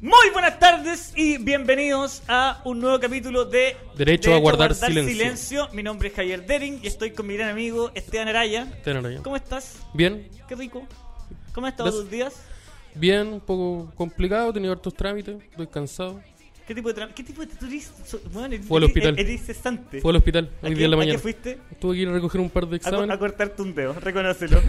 Muy buenas tardes y bienvenidos a un nuevo capítulo de Derecho a guardar silencio. Mi nombre es Javier Dering y estoy con mi gran amigo Esteban Araya. Tener ahí. ¿Cómo estás? Bien, Qué rico. ¿Cómo has estado Gracias. tus días? bien, un poco complicado, he tenido hartos trámites, estoy cansado. ¿Qué tipo de tra- ¿Qué tipo de tú eres- so- bueno, eres- Fue al hospital. Eres cesante. Fue al hospital ¿A hoy qué- día en la a qué mañana. fuiste? Tuve que ir a recoger un par de A, co- a exámenes. cortarte un dedo, reconócelo.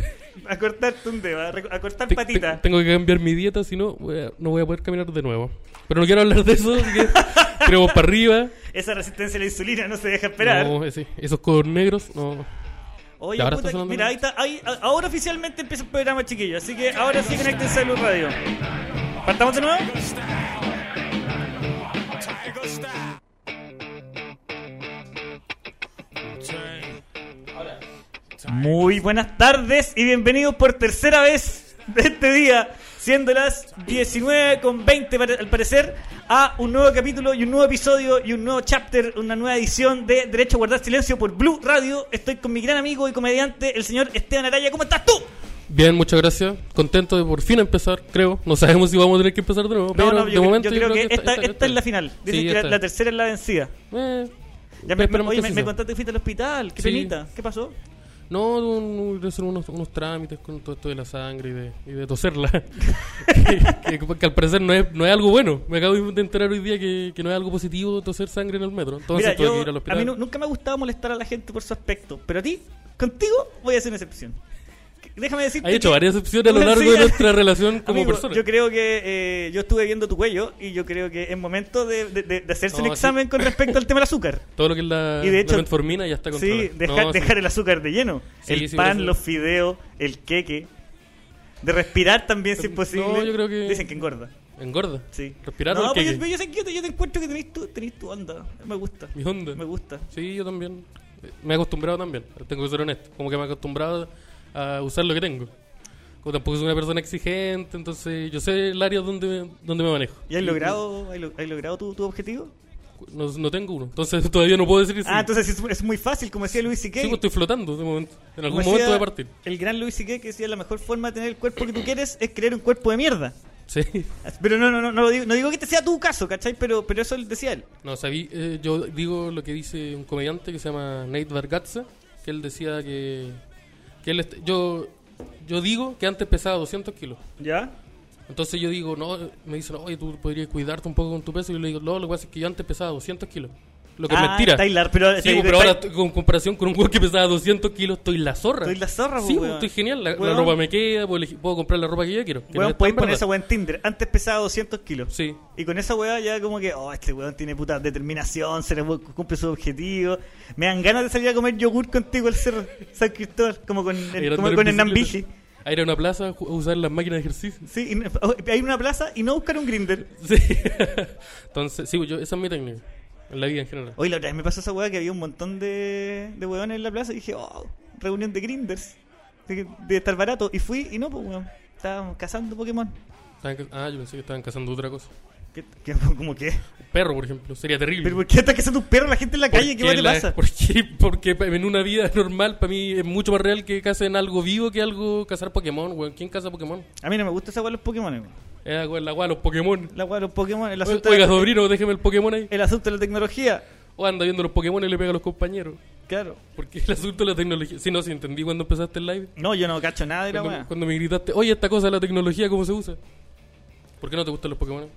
A cortarte un dedo, a, reco- a cortar Te- patita. te- tengo que cambiar mi dieta, si no, voy a- no voy a poder caminar de nuevo. Pero no quiero hablar de eso, así que creo para arriba. Esa resistencia a la insulina no se deja esperar. No, ese- esos codos negros, no. Oye, Ya, ahora puta, está sonando. mira, ahí está, ahí- a- ahora oficialmente empieza el programa, chiquillo. Así que ahora sí conéctense a Luz Radio. ¿Partamos de nuevo? Muy buenas tardes y bienvenidos por tercera vez de este día, siendo las 19 con 20 para- al parecer, a un nuevo capítulo y un nuevo episodio y un nuevo chapter, una nueva edición de Derecho a Guardar Silencio por Blue Radio. Estoy con mi gran amigo y comediante, el señor Esteban Araya. ¿Cómo estás tú? Bien, muchas gracias. Contento de por fin empezar, creo. No sabemos si vamos a tener que empezar de nuevo, pero no, no, de yo, cre- momento yo creo que, está- esta, está- esta es la final. Sí, Dicen que la, esta la es. tercera es la vencida. Eh, Ya me, me- esperemos oye, que me, así me sea. contaste que fuiste al hospital. Qué Sí. penita. ¿Qué pasó? No, un- de hacer unos, unos trámites con todo esto de la sangre y de, y de toserla. que, que- que al parecer no es, no es algo bueno. Me acabo de enterar hoy día que, que no es algo positivo toser sangre en el metro. Entonces Mira, tuve yo, que ir al a hospital. mí nu- nunca me ha gustado molestar a la gente por su aspecto, pero a ti, contigo, voy a hacer una excepción. Que- Déjame decirte. Hay hecho que- varias excepciones a lo largo Sí. de nuestra relación como Amigo, personas. Yo creo que eh, yo estuve viendo tu cuello y yo creo que es momento de, de- de- de hacerse un No, sí. examen con respecto al tema del azúcar. Todo lo que es la, Y de la hecho- metformina ya está controlado. Sí, deja- No, sí. dejar el azúcar de lleno. Sí, el sí, pan, gracias. los fideos, el queque. De respirar también, si es No, posible. yo creo que- Dicen que engorda. Engorda. Sí. Respirar No, pues o el pero yo, queque? pero yo sé que yo te, yo te encuentro que tenés tu, tenés tu onda. Me gusta. Mi onda. Me gusta. Sí, yo también. Eh, Me he acostumbrado también, tengo que ser honesto. Como que me he acostumbrado a usar lo que tengo. Como tampoco soy una persona exigente, entonces yo sé el área donde, donde me manejo. ¿Y has logrado, has lo- has logrado tu, tu objetivo? No, no tengo uno, entonces todavía no puedo decir que sí. Ah, entonces es, es muy fácil, como decía Luis C.K. Sí, pues estoy flotando de momento. En algún Como momento decía voy a partir. El gran Luis C.K. que decía la mejor forma de tener el cuerpo que tú quieres es crear un cuerpo de mierda. Sí. Pero no, no, no, no, lo digo, no digo que este sea tu caso, ¿cachai? Pero, pero eso decía él. No, sabí, eh, yo digo lo que dice un comediante que se llama Nate Bargatze, que él decía que, que él est- yo, yo digo que antes pesaba 200 kilos. ¿Ya? Entonces yo digo, no, me dicen, oye, tú podrías cuidarte un poco con tu peso. Y yo le digo, no, lo que pasa es que yo antes pesaba 200 kilos. Lo que es Ah, mentira. estáis la- pero- Sí, pues, estáis- pero ahora, estáis- con comparación con un güey que pesaba 200 kilos, estoy la zorra. Estoy la zorra, Sí, po, pues, weón. estoy genial. La, la Weón. ropa me queda, puedo, elegir- puedo comprar la ropa que yo quiero. que no Weón, es tan podéis poner barata. esa weá en Tinder. Antes pesaba 200 kilos. Sí. Y con esa weá ya como que, oh, este weón tiene puta determinación, se le pu- cumple su objetivo. Me dan ganas de salir a comer yogur contigo al Cerro San Cristóbal, como con, el- Era como andar con en Hernán bicicleta. Vigi. A ir a una plaza ju- a usar las máquinas de ejercicio. Sí, y no- oh, hay una plaza y no buscar un grinder. Sí. Entonces, sí, pues, yo, esa es mi técnica. En la vida en general. Hoy la otra vez me pasó esa weá que había un montón de, de weones en la plaza y dije, oh, reunión de grinders. De, de estar barato. Y fui y no, pues weón. Estábamos cazando Pokémon. Estaban ca- ah, yo pensé que estaban cazando otra cosa. ¿Qué, qué, ¿Cómo qué? Un perro, por ejemplo. Sería terrible. ¿Pero por qué estás cazando un perro a la gente en la calle? ¿Qué Porque weá te la- pasa? Porque, porque pa- en una vida normal, para mí es mucho más real que casen algo vivo que algo cazar Pokémon, weón. ¿Quién caza Pokémon? A mí no me gusta esa weá de los Pokémon, weón. Es algo- la weá, los Pokémon. La weá de los Pokémon, el asunto, de, Oiga, la- sobrino, déjeme el Pokémon ahí. el asunto de la tecnología. O anda viendo los Pokémon y le pega a los compañeros. Claro. Porque el asunto de la tecnología. Sí, no, sí, entendí cuando empezaste el live. No, yo no cacho nada de la Cuando, weá. cuando me gritaste, oye, esta cosa de la tecnología, ¿cómo se usa? ¿Por qué no te gustan los Pokémon?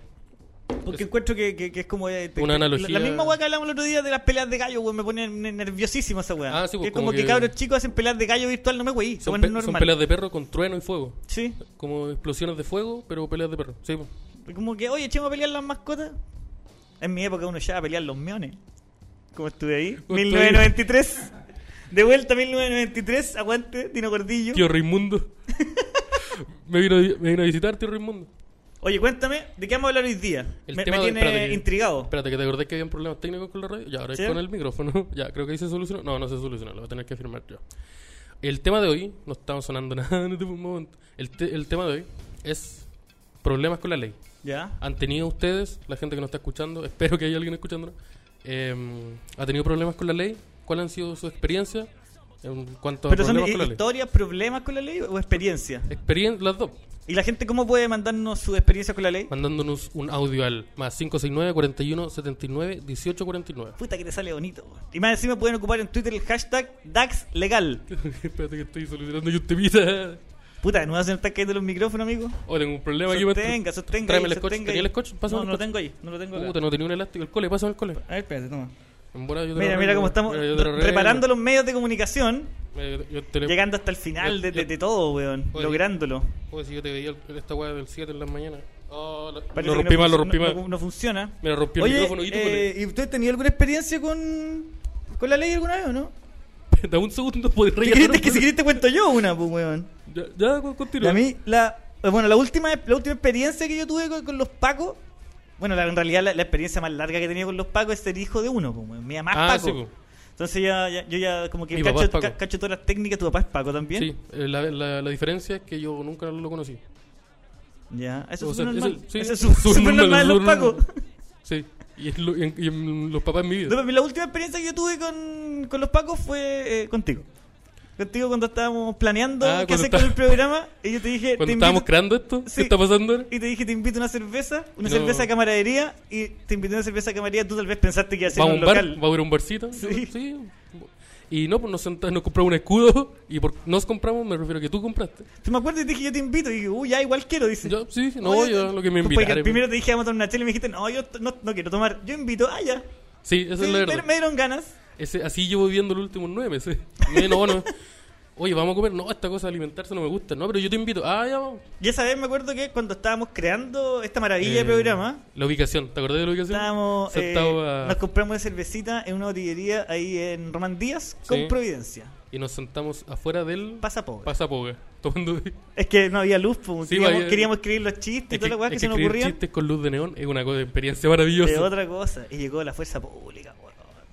Porque encuentro que, que- que es como. eh, te- Una te- analogía. La, la misma weá que hablamos el otro día de las peleas de gallo, weón. Me pone ne- nerviosísimo esa weá. Ah, sí, pues, Que es como como que, que- cabros chicos hacen peleas de gallo virtual, no me weí. Son, weón, pe- es son normal. peleas de perro con trueno y fuego. Sí. Como explosiones de fuego, pero peleas de perro. Sí, po. Como que, oye, echemos a pelear las mascotas. En mi época uno ya a pelear los meones. Como estuve ahí. Como estuve ahí. 1993. De vuelta 1993. Aguante, Dino Gordillo. Tío Raimundo. me, vino, me vino a visitar, tío Raimundo. Oye, cuéntame, ¿de qué vamos a hablar hoy día? El me tema me de- tiene espérate que- intrigado. Espérate, que te acordé que habían problemas técnicos con la radio. Ya, ahora ¿Sí? es con el micrófono. ya, creo que ahí se solucionó. No, no se solucionó, lo voy a tener que firmar yo. El tema de hoy, no estamos sonando nada en este momento. El, te- el tema de hoy es problemas con la ley. ¿Ya? ¿Han tenido ustedes, la gente que nos está escuchando, espero que haya alguien escuchándonos, eh, ha tenido problemas con la ley? ¿Cuál han sido sus experiencias en cuanto a ¿Pero son problemas hi- con la ley? historias, problemas con la ley o experiencia? Experien- las dos. ¿Y la gente cómo puede mandarnos sus experiencias con la ley? mandándonos un audio al más 569 41 79 18 49. Puta que te sale bonito. weón. Y más encima pueden ocupar en Twitter el hashtag DaxLegal. Espérate que estoy solucionando yo temita. Puta, no se nos están cayendo los micrófonos, amigo. Oh, tengo un problema aquí. Sostenga, maestro. sostenga. Tráeme ahí, el scotch. sostenga ¿Tenía ahí. el scotch? No, Pásame no el lo scotch. tengo ahí. No lo tengo acá. Puta, no tenía un elástico. El cole, pásame el cole. A ver, espérate, toma. En bola yo te lo Mira, mira arreglo, cómo estamos mira, yo te lo arreglo. reparando los medios de comunicación, Mira, yo te- yo te le- llegando hasta el final de, de- de todo, weón. Oye. Lográndolo. Oye, si yo te veía el- esta weá del 7 en la mañana. Oh, lo- Parece lo que rompí no mal, lo func- rompí no- mal. No, no funciona. Mira, rompí el Oye, micrófono y tú, eh, ¿y usted ha tenido alguna experiencia con, con la ley alguna vez o no? Da un segundo, podés eh, ¿Qué rellenar crees que un- si querés te cuento yo una, pues, weón? Ya, ya con- Y continúa. a mí, la, eh, bueno, la última, la última experiencia que yo tuve con, con los pacos, bueno, la- en realidad la, la experiencia más larga que he tenido con los pacos es ser hijo de uno, pues, weón. Mi mamá es Ah, paco. sí, pues. Entonces ya, ya- yo ya como que Mi papá es cacho, paco. ca- cacho todas las técnicas, tu papá es paco también. Sí, eh, la, la, la diferencia es que yo nunca lo conocí. Ya, eso O es sea, súper normal. eso- sí, Eso es su- súper súper normal en los normal, pacos. Sí, y, es lo- y en- y en los papás en mi vida. No, pero la última experiencia que yo tuve con, con los pacos fue eh, contigo. Contigo cuando estábamos planeando Ah, qué cuando hacer con el está- programa y yo te dije, Cuando te estábamos invito- creando esto, Sí. ¿qué está pasando ahora? Y te dije, te invito a una cerveza, una No. cerveza de camaradería, y te invité a una cerveza de camaradería, tú tal vez pensaste que iba a ser ¿Vamos a un un bar? local. ¿Vamos a ir a un barcito? Sí. Y no, pues nos, sentamos, nos compramos un escudo y por nos compramos, me refiero a que tú compraste. Te me acuerdo y te dije, yo te invito, y dije, uy, ya igual quiero, dice. Yo, sí, no, Oye, yo lo que me tú, porque invitaron. Primero te dije, vamos a tomar una chela, y me dijiste, no, yo t- no, no quiero tomar, yo invito, ah, ya. Sí, esa Sí, es la me, verdad. me dieron ganas. Ese, así llevo viviendo los últimos nueve meses. Me- no, no. Oye, vamos a comer. No, esta cosa de alimentarse no me gusta. No, pero yo te invito. Ah, ya vamos. Y esa vez me acuerdo que cuando estábamos creando esta maravilla de Eh, programa, La ubicación. ¿Te acordás de la ubicación? estábamos, eh, Sentado a- nos compramos una cervecita en una botillería ahí en Román Díaz con Sí. Providencia. Y nos sentamos afuera del Pasa pobre. pasapoga. Tomando... es que no había luz, pues, Sí, queríamos, había- queríamos escribir los chistes y Es todas las cosas que, es se nos escribir ocurrían. chistes con luz de neón es una cosa, experiencia de maravillosa. otra cosa. Y llegó la fuerza pública, weón.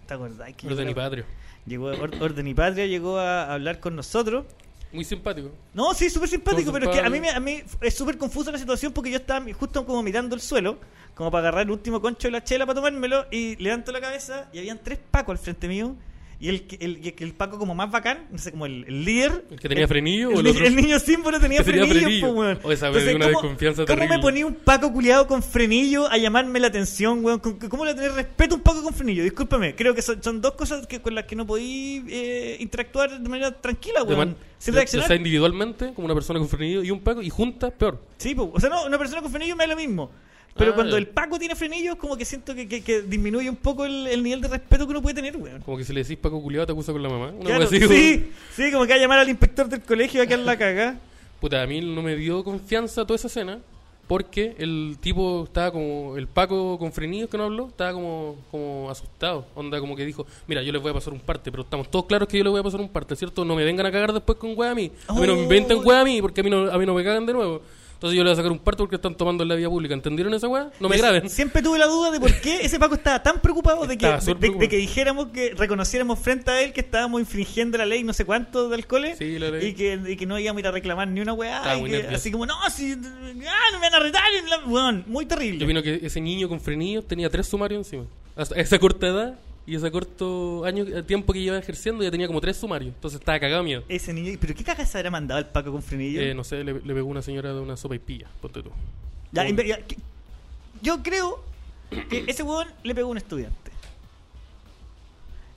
¿Te acordás? Que Orden y llegó, patrio. llegó Or- Orden y Patria, llegó a hablar con nosotros. Muy simpático. No, sí, súper simpático, Todo pero es que a mí, simpático. me- a mí es súper confusa la situación porque yo estaba justo como mirando el suelo, como para agarrar el último concho de la chela para tomármelo, y levanto la cabeza y habían tres pacos al frente mío. Y el, que- el, y el paco como más bacán, no sé, como el, el líder. ¿El que tenía frenillo el, o el ni- otro? el niño símbolo tenía Que tenía frenillo, frenillo. po, weón. O esa vez de una ¿cómo- ¿Cómo desconfianza terrible? me ponía un paco culiado con frenillo a llamarme la atención, weón? ¿Con- ¿Cómo le tenés respeto a un paco con frenillo? Discúlpame, creo que son, son dos cosas que, con las que no podí eh, interactuar de manera tranquila, De Ah, weón. man- Sin ya- ya reaccionar. sea individualmente, como una persona con frenillo y un paco, y juntas, peor. Sí, po. o sea, no, una persona con frenillo me da lo mismo. Pero Ah, cuando ya. el Paco tiene frenillos, como que siento que, que- que disminuye un poco el, el nivel de respeto que uno puede tener, weón. Como que si le decís Paco culiado te acusa con la mamá. Una Claro, cosa así, sí, sí, como que va a llamar al inspector del colegio a que la caga. Puta, a mí no me dio confianza toda esa escena porque el tipo estaba como, el Paco con frenillos que no habló, estaba como, como asustado. Onda como que dijo, mira, yo les voy a pasar un parte, pero estamos todos claros que yo les voy a pasar un parte, ¿cierto? No me vengan a cagar después con wea a mí. A mí no Oh. me inventen wea a mí porque a mí no, a mí no me cagan de nuevo. Entonces yo le voy a sacar un parte porque están tomando en la vía pública. ¿Entendieron esa wea? No me Yo graben. Siempre tuve la duda de por qué ese Paco estaba tan preocupado de que, Estaba de- súper de- de preocupado. que dijéramos que reconociéramos frente a él que estábamos infringiendo la ley no sé cuánto del cole Sí, la ley. y, que, y que no íbamos a ir a reclamar ni una weá. Estaba y muy que- nervioso. así como, no, si, ah, no me van a retar, en la- weón, muy terrible. Yo opino que ese niño con frenillos tenía tres sumarios encima. Hasta esa corta edad y ese corto año, tiempo que lleva ejerciendo ya tenía como tres sumarios. Entonces estaba cagado de miedo. Ese niño, ¿pero qué caja se habrá mandado el Paco con frenillo? Eh, no sé, le, le pegó una señora de una sopa y pilla, ponte tú. Ya, Como- en ver- ya, que- yo creo que ese huevón le pegó a un estudiante.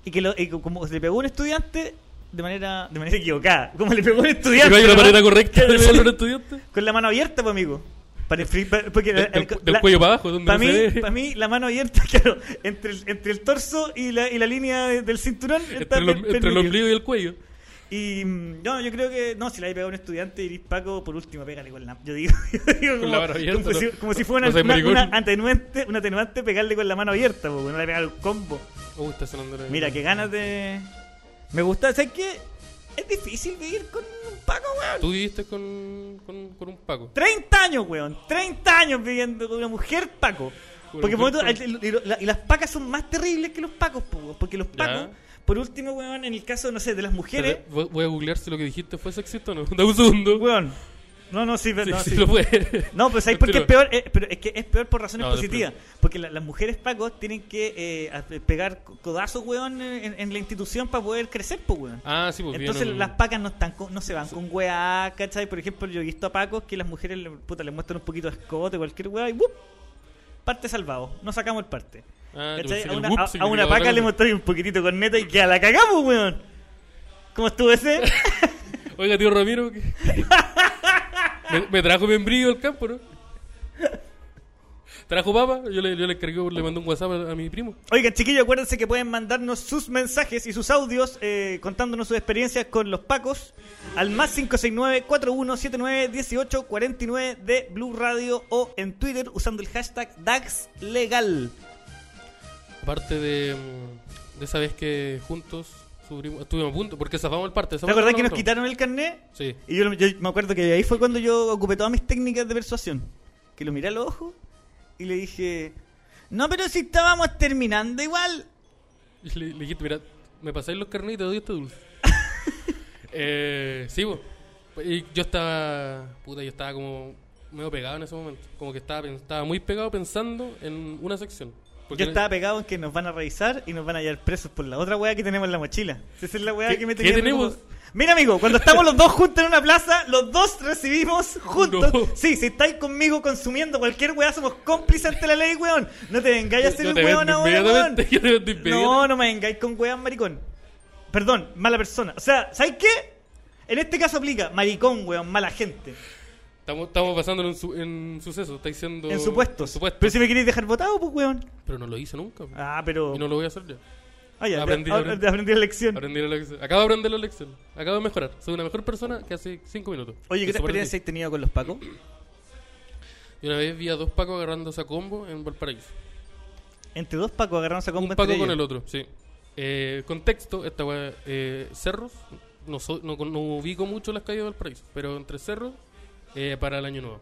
Y que lo- y co- como le pegó a un estudiante de manera, de manera equivocada. Como le pegó a un ¿Y estudiante. no hay una ¿no? manera correcta de Sí. pegarle a un estudiante? Con la mano abierta, pues amigo. Para el fri- pa- porque Del- el- el- del- del la- cuello para abajo, donde pa' no se mí, ve. pa' mí, la mano abierta, claro, entre el, entre el torso y la, y la línea de- del cinturón. está Entre, el om- per- entre el permitido. ombligo y el cuello. Y mm, no, yo creo que no, si le habéis pegado a un estudiante y Paco, por último, pégale con la. Yo digo, yo digo Con como, la mano abierta, como, si, no- como si fuera no una, seas una, maricón. una atenuante, una atenuante pegarle con la mano abierta, porque no le pega el combo. Uh, está sonando la... Mira, qué ganas de. Me gusta, ¿sabes qué? Es difícil vivir con un Paco, weón. Tú viviste con, con, con un Paco. 30 años, weón. 30 años viviendo con una mujer Paco. Con Porque mujer por otro- y lo- la- y las pacas son más terribles que los pacos, po, weón, porque los Ya. pacos, por último, weón, en el caso, no sé, de las mujeres, Espérate, Voy voy a googlear si lo que dijiste fue sexista o no. Da un segundo. weón, No, no, sí, pero- Sí, no, sí sí. lo puede. No, pues ahí porque es Pero- peor, eh, pero es que es peor por razones No, positivas. Porque la- las mujeres pacos tienen que eh, a- pegar co- codazos, weón, en, en la institución para poder crecer, pues, weón. Ah, sí, porque Entonces no- las pacas no están con- no se van con weá, ¿cachai? Por ejemplo, yo he visto a pacos que las mujeres le, puta, le muestran un poquito de escote, cualquier weá, y ¡wup! Parte salvado, no sacamos el parte. Ah, ¿Cachai? yo pensé A que el una, whoop a- a significaba una otra paca le cosa. mostráis un poquitito con neta y que a la cagamos, weón. ¿Cómo estuvo ese? Oiga, tío Ramiro. que- me, me trajo membrillo al campo, ¿no? Trajo papa, yo le, yo le cargué, le mandé un WhatsApp a, a mi primo. Oigan, chiquillos, acuérdense que pueden mandarnos sus mensajes y sus audios eh, contándonos sus experiencias con los pacos al más 569-4179-1849 de Blue Radio o en Twitter usando el hashtag DAXLegal. Aparte de, mm, de esa vez que juntos subimos- estuvimos a punto, porque zafamos el parte. ¿Te acordás que nos quitaron el carnet? Sí. Y yo, lo- yo me acuerdo que ahí fue cuando yo ocupé todas mis técnicas de persuasión. Que lo miré a los ojos y le dije, no, pero si estábamos terminando igual. Y Le, le dijiste, mira, me pasáis los carnitos, doy este dulce. eh, sí, po. Y yo estaba, puta, yo estaba como medio pegado en ese momento. Como que estaba, pen- estaba muy pegado pensando en una sección. Porque Yo estaba pegado en que nos van a revisar y nos van a hallar presos por la otra weá que tenemos en la mochila. Esa es la weá ¿Qué- que me qué tenía tenemos? preocupado. Mira, amigo, cuando estamos los dos juntos en una plaza, los dos recibimos juntos. No. Sí, si estáis conmigo consumiendo cualquier weá, somos cómplices ante la ley, weón. No te vengáis a Yo- hacer yo el te weón vendo ahora, weón. inmediatamente, yo te vendo No, inmediatamente. no me vengáis con weón, maricón. Perdón, mala persona. O sea, ¿sabes qué? En este caso aplica maricón, weón, mala gente. Estamos, estamos pasando en, un su- en suceso, está diciendo. en supuestos. en supuesto. Pero si me queréis dejar votado, pues, weón. Pero no lo hice nunca. po. Ah, pero... Y no lo voy a hacer yo. Ah, ya, aprendí, te- ah, aprendí. te aprendí la lección. Aprendí la lección. Acabo de aprender la lección. Acabo de mejorar. Soy una mejor persona que hace cinco minutos. Oye, ¿qué Eso por experiencia ti. has tenido con los pacos? Y una vez vi a dos pacos agarrándose a combo en Valparaíso. Entre dos pacos agarrándose a combo Un entre Paco con el ellos. otro, sí. Eh, contexto, esta weá, eh, cerros, no, so- no, con- no ubico mucho las calles de Valparaíso, pero entre cerros eh, para el año nuevo.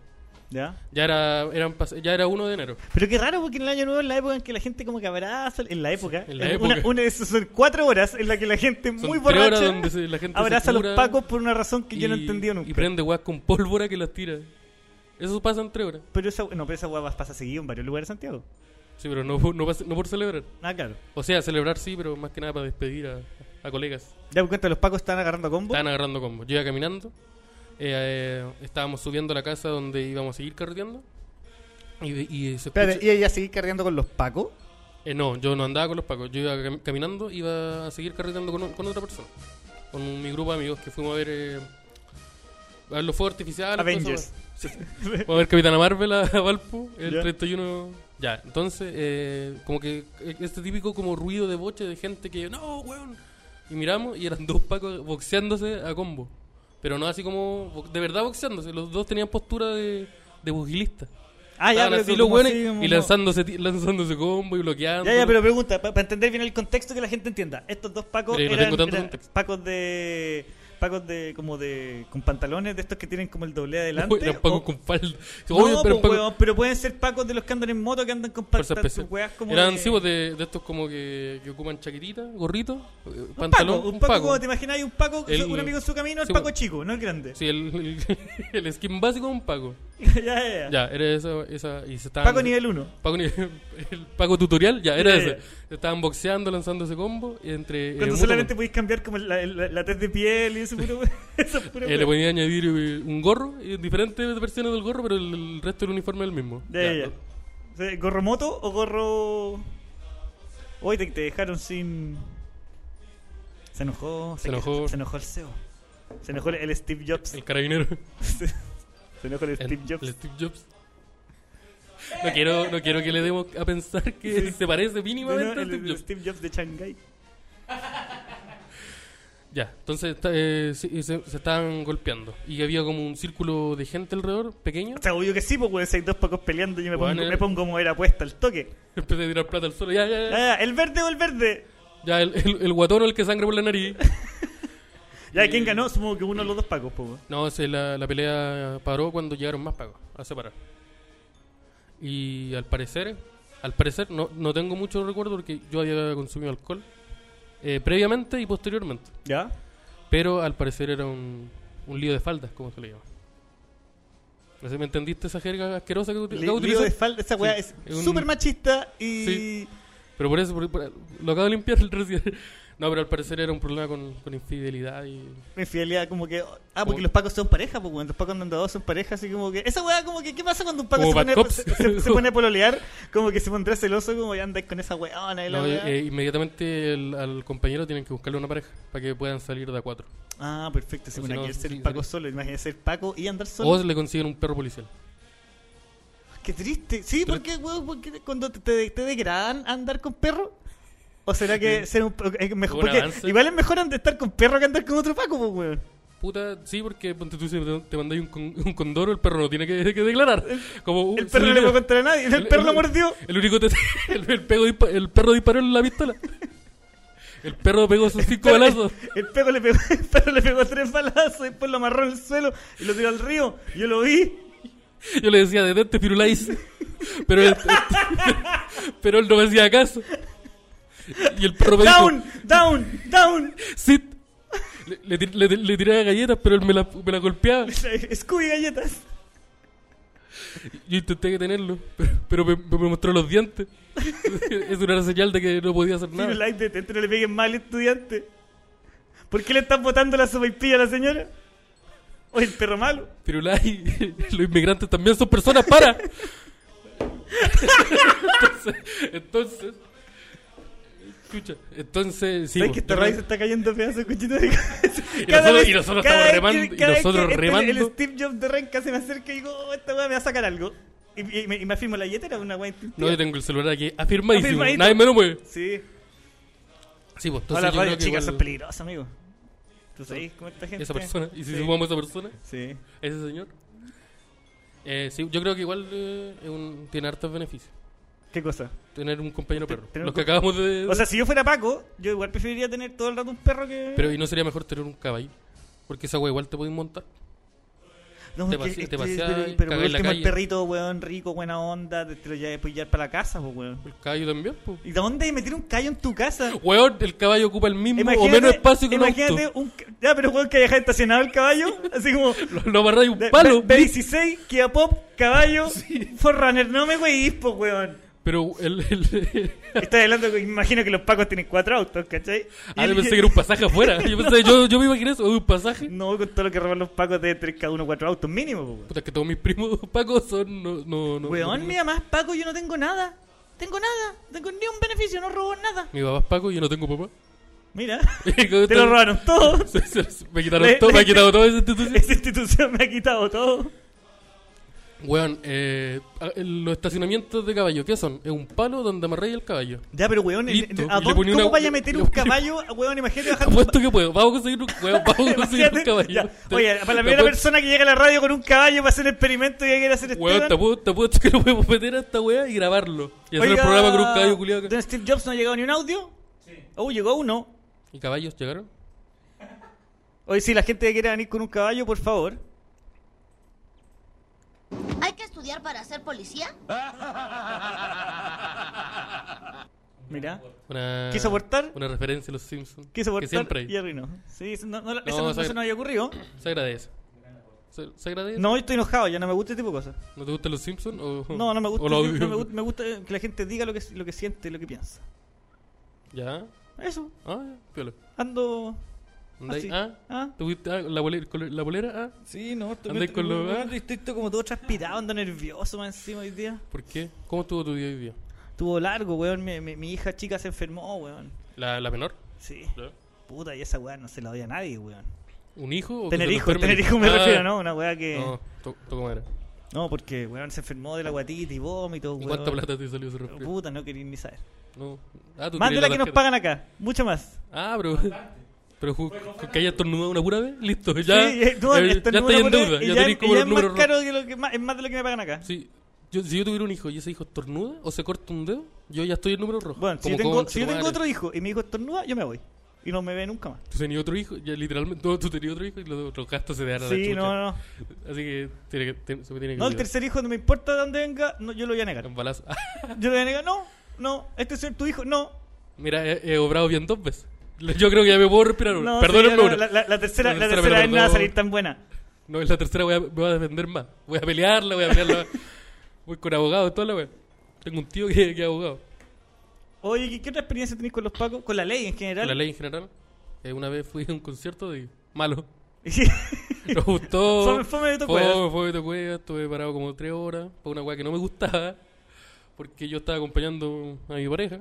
¿Ya? Ya era, eran pas- ya era 1 de enero. Pero qué raro, porque en el año nuevo es la época en que la gente como que abraza. En la época. En la es época. Una, una de esas son cuatro horas en la que la gente Son muy tres borracha horas donde se- la gente se abraza a los cura pacos por una razón que yo no Y- he entendido nunca. Y prende weá con pólvora que las tira. Eso pasa en 3 horas. Pero esa, no, pero esa hueá pasa seguido en varios lugares de Santiago. Sí, pero no, no, pasa- no por celebrar. Ah, claro. O sea, celebrar sí, pero más que nada para despedir a, a colegas. Ya me cuenta, los pacos están agarrando a combo. Estaban agarrando combo. Yo iba caminando. eh, eh, estábamos subiendo a la casa donde íbamos a seguir carreteando. Y, y se Espérate, escucha- ¿y ella sigue cargando con los pacos? Eh, no, yo no andaba con los pacos. Yo iba cam- caminando, iba a seguir carreteando con, un- con otra persona. Con un- mi grupo de amigos que fuimos a ver. eh, a ver los fuegos artificiales. Avengers. todo eso. Sí. Fuimos a ver Capitana Marvel a, a Valpo, el Ya. 31. Ya, entonces, eh, como que eh, este típico como ruido de boche de gente que. ¡No, weón! Y miramos y eran dos pacos boxeándose a combo. Pero no así como. bo- De verdad boxeándose. Los dos tenían postura de, de pugilista. Ah, ya, Estaban pero así como los buenos así, como- y lanzándose, ti- lanzándose combo y bloqueando. Ya, ya, pero pregunta, para entender bien el contexto que la gente entienda. Estos dos pacos Mira, yo no eran, tengo tanto eran contexto. pacos de. Pacos de. como de. con pantalones de estos que tienen como el doble adelante. Uy, eran o- pacos con falda. No, pues, Obvio, pero pero, eran pacos- pero pueden ser pacos de los que andan en moto que andan con fuerza pantal- especial. weas como. Eran de- sí, pues, de, de estos como que, que ocupan chaquetita, gorrito, eh, un pantalón. paco, un paco, como te imaginas, hay un paco, El- un amigo en su camino, el sí, paco pues. chico, no el grande. Sí, el, el, el skin básico un paco. ya, ya, ya. Ya, Eh, era esa. esa y se estaban, Paco nivel 1. Paco nivel- el Paco tutorial, ya, era Ya, ese. ya. Se Estaban boxeando, lanzando ese combo. y entre, eh, Cuando mutuamente- solamente podéis cambiar como la, la, la tez de piel y eso puro. eso puro Eh, le podía añadir eh, un gorro, eh, diferentes versiones del gorro, pero el, el resto del uniforme es el mismo. Ya, ya, ya. O sea, ¿Gorro moto o gorro.? Hoy te, te dejaron sin. Se enojó, Se enojó. Se enojó el CEO. Se enojó el Steve Jobs. El carabinero. Se enojó el Steve Jobs. el Steve Jobs. No quiero, no quiero que le demos a pensar que Sí. se parece mínimamente No, a el- Steve el Jobs. Steve Jobs de Shanghai. Ya, entonces está- eh, sí, y se, se estaban golpeando. Y había como un círculo de gente alrededor, pequeño. O sea, obvio que sí, pues, weón, si hay dos pacos peleando, yo me Bueno, pongo, eh. me pongo a mover apuesta al toque. Empecé a tirar plata al suelo. Ya, ya, Ya, ya. ya, el verde o el verde. Ya, el, el, el guatón o el que sangra por la nariz. Ya, Y- ¿quién ganó? Supongo que uno de los dos pacos, pues. weón. No, se la, la pelea paró cuando llegaron más pagos a separar. Y al parecer, al parecer, no, no tengo mucho recuerdo porque yo había consumido alcohol eh, previamente y posteriormente. ¿Ya? Pero al parecer era un, un lío de faldas, como se le llama. No sé si me entendiste esa jerga asquerosa que, Li- util- que lío utilicé. de falda, esa weá Sí, es un- súper machista y. Sí. Pero por eso, por- por- lo acabo de limpiar el recién. No, pero al parecer era un problema con, con infidelidad y... Infidelidad, como que. Ah, porque Como- los pacos son pareja, pues, weón. Los pacos andan dos son pareja, así como que. Esa weá, como que. ¿Qué pasa cuando un paco Como se Bad pone, Cops. se, se- se pone a pololear? Como que se pondrá celoso, como ya andáis con esa weona y la No, weá. eh, inmediatamente el- al compañero tienen que buscarle una pareja para que puedan salir de a cuatro. Ah, perfecto. Si o si bueno, no, aquí es ser sí, paco sería- solo, imagínate ser paco y andar solo. O le consiguen un perro policial. Qué triste. Sí, Pero- porque, weón, porque cuando te, te, te degradan andar con perro. ¿O será que ser un, es mejor? Un porque avance. igual es mejor andar estar con perro que andar con otro paco, pues, weón. Puta, sí, porque ponte tú, si te, te mandáis un, con- un condoro, el perro no tiene que, que declarar. Como, uh, El se perro no le le dio- puede contar a nadie. El, El- perro lo el- mordió. El único te- el, el pego dispa- el perro disparó en la pistola. El perro pegó sus cinco balazos. El perro le pegó, el perro le pegó tres balazos, después lo amarró en el suelo y lo tiró al río. Yo lo vi. Yo le decía, detente, Firulais. Pero él, pero él no me hacía caso. Y el perro me dijo, Down, down, down. sit. Le, le tir- le- le tiraba galletas, pero él me la, me la golpeaba. Scooby galletas. Yo intenté detenerlo, pero, pero me, me mostró los dientes. Es una señal de que no podía hacer Tiene nada. like de no le peguen mal estudiante. ¿Por qué le están botando la sopaipilla a la señora? O el perro malo. Firulais, los inmigrantes también son personas, para. entonces, entonces, escucha, entonces, sí. ¿Sabes pues, vos, que esta yo raíz se creo- está cayendo a pedazos, cuchito de cabeza? Y nosotros- y nosotros estamos remando- y nosotros remando. este, El, Steve Jobs de Renca se me acerca y digo, oh, esta weá me va a sacar algo. Y, y me, y me afirmo la billetera, una weá No, yo tengo el celular aquí afirmadísimo, Afirmadito. nadie me lo mueve. Sí. Sí, pues, Todas las entonces yo creo radios que chicas igual son peligrosas, amigo. ¿Tú sabes cómo esta gente? esa persona, y si Sí. sumamos a esa persona, Sí. a ese señor, eh, sí, yo creo que igual eh, es un- tiene hartos beneficios. ¿Qué cosa? Tener un compañero perro, tener los un que co- acabamos de... O sea, si yo fuera Paco, yo igual preferiría tener todo el rato un perro que. pero ¿y no sería mejor tener un caballo? Porque esa wea igual te podéis montar. no, te porque pasea- es te que- pasea pero- y Pero por caga en la último, el calle. perrito, weón, rico, buena onda, te te lo ya después llevar para la casa, pues, weón. El caballo también, pues. ¿Y de dónde meter un callo en tu casa? Weón, el caballo ocupa el mismo o menos espacio que un imagínate auto. un ca- Ya, pero weón, que dejar estacionado el caballo, así como. Lo, lo amarráis un de- palo. B- B16, Kia Pop, caballo, Forerunner, no me weís, pues, weón. Pero el... el- Estás hablando, que- imagino que los pacos tienen cuatro autos, ¿cachai? ah, Y- yo pensé que era un pasaje afuera. Yo, pensé, yo, yo me imaginé eso, un pasaje. No, con todo lo que roban los pacos de tres cada uno cuatro autos mínimo, pues, weón. Puta, que todos mis primos pacos son... No, no, no, Weón, no- mi mamá es paco, yo no tengo nada. Tengo nada, no tengo ni un beneficio, no robo nada. Mi papá es paco y yo no tengo papá. Mira, Te te lo robaron todo. me quitaron Le- todo, me le- ha quitado toda esa institución. Esa institución me ha quitado todo. Weón, eh, a- el- los estacionamientos de caballo, ¿qué son? Es un palo donde amarráis el caballo. Ya, pero weón, Listo. ¿en- en- Y ¿a le dónde, ponía una- ¿cómo vaya a meter le un ponía- caballo? Weón, imagínate bajar Apuesto que puedo, vamos a conseguir un, weón, vamos a conseguir un Imagínate, caballo. ya. Oye, para la primera Apuesto- persona que llega a la radio con un caballo para hacer un experimento y quiere hacer Weón, te Esteban. apuesto, te apuesto que lo podemos meter a esta weá y grabarlo. Y hacer Oiga, el programa con un caballo culiado. acá. ¿don Steve Jobs no ha llegado ni un audio? Sí. Oh, llegó uno. ¿Y caballos llegaron? Oye, si la gente que quiera venir con un caballo, por favor. ¿Hay que estudiar para ser policía? Mira, Una, ¿Quiso aportar? Una referencia a los Simpsons. quiso Que abortar siempre y hay. arruinó. Sí, eso no, no, eso No, no- sabe- eso no había ocurrido. Se agradece. ¿Se, se agradece? No, yo estoy enojado, ya no me gusta este tipo de cosas. ¿No te gustan los Simpsons? O, No, no me gusta. Oh, o los yo- no audios? me, gusta me gusta que la gente diga lo que, lo que siente, lo que piensa. ¿Ya? Eso, Ah, ya, piola. ando. Andáis- Así. ah, Ah. ¿Tuviste ah, la, bolera, col- la bolera? Ah, Sí, no, estoy Andai con lo- ah. estoy como todo transpirado, ando nervioso más encima hoy día. ¿por qué? ¿Cómo estuvo tu día hoy día? Estuvo largo, weón. Mi, mi- mi hija chica se enfermó, weón. ¿La, la menor? Sí. Puta, y esa weá no se la doy a nadie, weón. ¿Un hijo? O Oh, que Tener se te hijos, enferme tener el hijos me Ah, refiero, ¿no? Una weá que. No, No. to- toco madera. porque, weón, se enfermó de la guatita y vómito, ¿Y weón. cuánta plata te salió ese resfriado? Puta, no quería ni saber. No. Ah, tú Más de tenías la que nos tarjeta. pagan acá, mucho más. Ah, pero... Pero ju- ju- que haya estornudado una pura vez, listo, ya, Sí, eh, no, hasta ya, el ya estáis número en por- deuda, y ya, tenéis como y ya es los más números rojos. caro que lo que más, es más de lo que me pagan acá. Sí, yo, si yo tuviera un hijo y ese hijo estornuda o se corta un dedo, yo ya estoy en número rojo. Bueno, si Como yo, tengo, concha si yo tu tengo madre. otro hijo y mi hijo estornuda, yo me voy. Y no me ve nunca más. Tú tenías otro hijo, ya literalmente tú, tú tenías otro hijo y los, los gastos se te dan a la Sí, chucha. no, no. Así que, tiene que te- se me tiene que No, el cuidar. tercer hijo no me importa de dónde venga, no, yo lo voy a negar. Un balazo. Yo le voy a negar, no, no, este es tu hijo, no. Mira, he, he obrado bien dos veces. Yo creo que ya me puedo respirar una. no Perdónenme sí, una. la, la- la tercera, La la tercera me tercera vez no va a perdonó. salir tan buena. No, en la tercera voy a, me voy a defender más. Voy a pelearla, voy a pelearla. voy con abogados, toda la wea. Tengo un tío que, que es abogado. Oye, ¿qué, qué otra experiencia tenéis con los pacos? Con la ley en general. La ley en general. eh, una vez fui a un concierto de malo. ley. Nos gustó. Fome- fome Beto Cuevas. Fome, fome Beto Cuevas. Estuve parado como tres horas para una weá que no me gustaba. Porque yo estaba acompañando a mi pareja.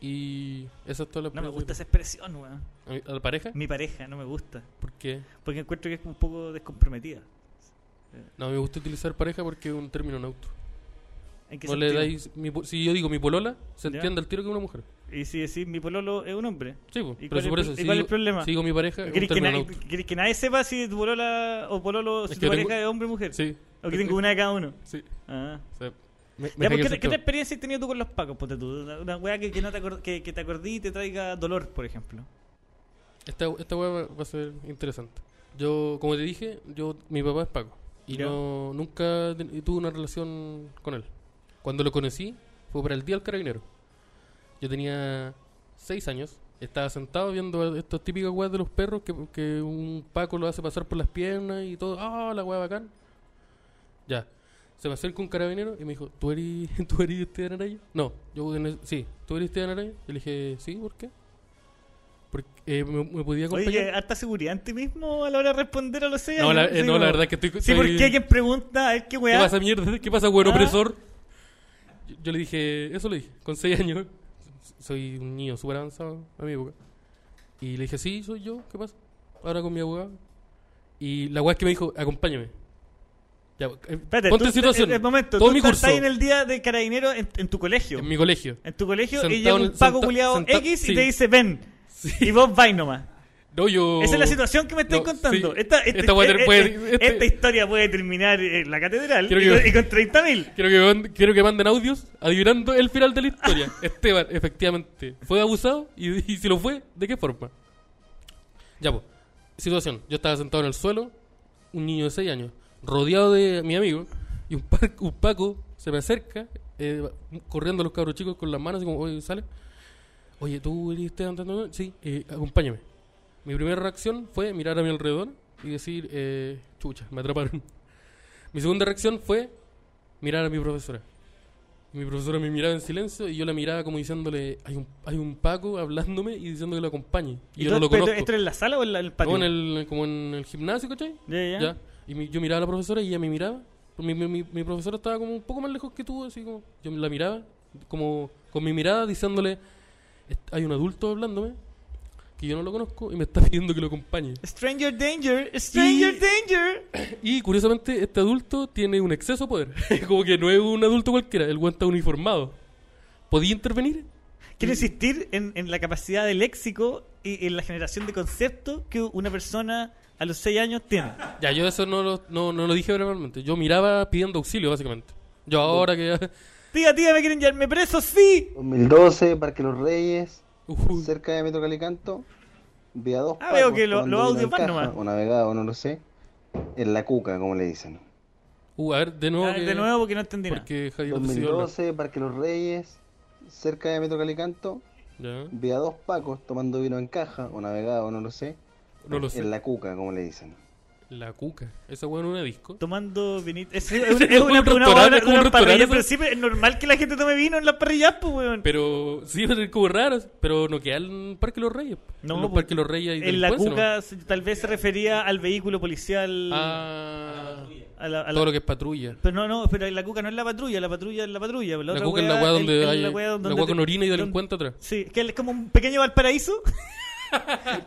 Y esa es toda la No me gusta experiencia. esa expresión, weón. ¿A, mi- a la pareja? Mi pareja, no me gusta. ¿Por qué? Porque encuentro que es un poco descomprometida. No, me gusta utilizar pareja porque es un término neutro. ¿En qué No le sentido? dais mi po- si yo digo mi polola, se Ya. entiende al tiro que es una mujer. Y si decís mi pololo es un hombre. Sí, po, ¿Y pero cuál si es por el eso. pro- y si cuál es digo- el problema? Si digo mi pareja, es un ¿Querés que, término nadie- neutro. querés que nadie sepa si tu polola o pololo, si que tu pareja tengo- es hombre o mujer? Sí. O que tengo una de cada uno. Sí. Ah. O sea, me, me Ya, saqué pues, el ¿qué, qué otra sentido. experiencia has tenido tú con los pacos? Ponte tú, una, una weá que, que no te acor- que, que te acordí y te traiga dolor, por ejemplo. Esta, esta weá va- va a ser interesante. Yo, como te dije, yo mi papá es Paco. Y Ya. yo nunca te- tuve una relación con él. Cuando lo conocí, fue para el Día del Carabinero. Yo tenía seis años. Estaba sentado viendo estos típicos weas de los perros que, que un Paco lo hace pasar por las piernas y todo. ¡Ah, la wea bacán! Ya. Se me acerca un carabinero y me dijo, ¿tú eres, ¿tú eres Esteban Araya? No, yo en el- sí, ¿tú eres Esteban Araya? Yo le dije, sí, ¿por qué? Porque eh, me, me podía Oye, acompañar. ¿qué, harta seguridad en ti mismo a la hora de responder a los seis No, años? la, eh, Sí, no, como- la verdad es que estoy. Sí, estoy- porque alguien pregunta, a ver qué ¿Qué weá. pasa, mierda? ¿Qué pasa, weón Ah. opresor? Yo, yo le dije, eso le dije, con 6 años. Soy un niño súper avanzado a mi época. Y le dije, sí, soy yo, ¿qué pasa? Ahora con mi abogado. Y la weá es que me dijo, acompáñame. Ya, eh, Espérate, ponte tú- eh, en situación. el momento, todo tú mi estás curso ahí en el día de carabinero en, en tu colegio. en mi colegio. En tu colegio y Sentado llega en un el- paco senta- culiado senta- X y sí. te dice ven. Y vos vais nomás. No, yo. Esa es la situación que me estáis Oh. No, contando. sí. Esta, esta- Esta weá eh, puede- eh, este- esta historia puede terminar en la catedral Quiero y, que- con- y con 30.000. Quiero que, mand- quiero que manden audios adivinando el final de la historia. Esteban, efectivamente, ¿fue abusado? Y, y si lo fue, ¿de qué forma? Ya, pues. Situación. Yo estaba sentado en el suelo, un niño de 6 años, rodeado de mi amigo, y un, par- un Paco se me acerca, eh, corriendo a los cabros chicos con las manos, así como, oye, sale. Oye, ¿tú eres Esteban? Tan, tan, tan? Sí, eh, acompáñame. Mi primera reacción fue mirar a mi alrededor y decir, eh, chucha, me atraparon. Mi segunda reacción fue mirar a mi profesora. Mi profesora me miraba en silencio y yo la miraba como diciéndole, hay un, hay un Paco hablándome y diciendo que lo acompañe. Y, yo tú- no lo pero, conozco. ¿Esto es en la sala o en la- el patio? Como en el, eh, como en el gimnasio, ¿cachai? Ya, ya. Ya. Y mi- yo miraba a la profesora y ella me miraba. Mi, mi- mi- mi profesora estaba como un poco más lejos que tú, así como. Yo la miraba, como con mi mirada diciéndole: "Est- Hay un adulto hablándome que yo no lo conozco y me está pidiendo que lo acompañe. Stranger Danger, Stranger Y- Danger. Y curiosamente, este adulto tiene un exceso de poder. como que no es un adulto cualquiera, el guante está uniformado. ¿Podía intervenir? Quiero insistir en, en la capacidad de léxico y en la generación de conceptos que una persona a los 6 años tiene. Ya, yo eso no lo, no, no lo dije verbalmente. Yo miraba pidiendo auxilio, básicamente. Yo ahora que. ya- Tía, tía, me quieren llevarme preso, sí. 2012, Parque Los Reyes, Ujú. cerca de Metro Calicanto. Vi a dos Ah, veo pacos que lo- tomando los vino en audios van caja, nomás. O navegado, no lo sé. En la cuca, como le dicen. Uh, a ver, de nuevo. Ah, que- de nuevo porque no entendí nada. Porque Javier decidió hablar. 2012, Parque Los Reyes, cerca de Metro Calicanto. Ya, Vi a dos pacos tomando vino en caja o navegado, no lo sé. no lo sé. En La, la cuca, como le dicen. cuca. Esa weá en una disco. Tomando vinito. Es, es, Es una- es un una, una, restaurante, una, es como un una parrilla, restaurante, pero ¿sabes? sí, pero es normal que la gente tome vino en las parrillas, pues, weón. Pero sí, es como raro. Pero no queda en Parque Los Reyes. No, en los pues, Parque Los Reyes y En la cuca se- tal vez se refería al vehículo policial. Ah, a la- a la- todo lo que es patrulla. Pero no, no, pero en la cuca no es la patrulla, la patrulla es la patrulla. pues, La, La, otra cuca es weá la weá donde es hay. la weá donde la weá te- con orina y donde- delincuente atrás. Sí, que es como un pequeño Valparaíso.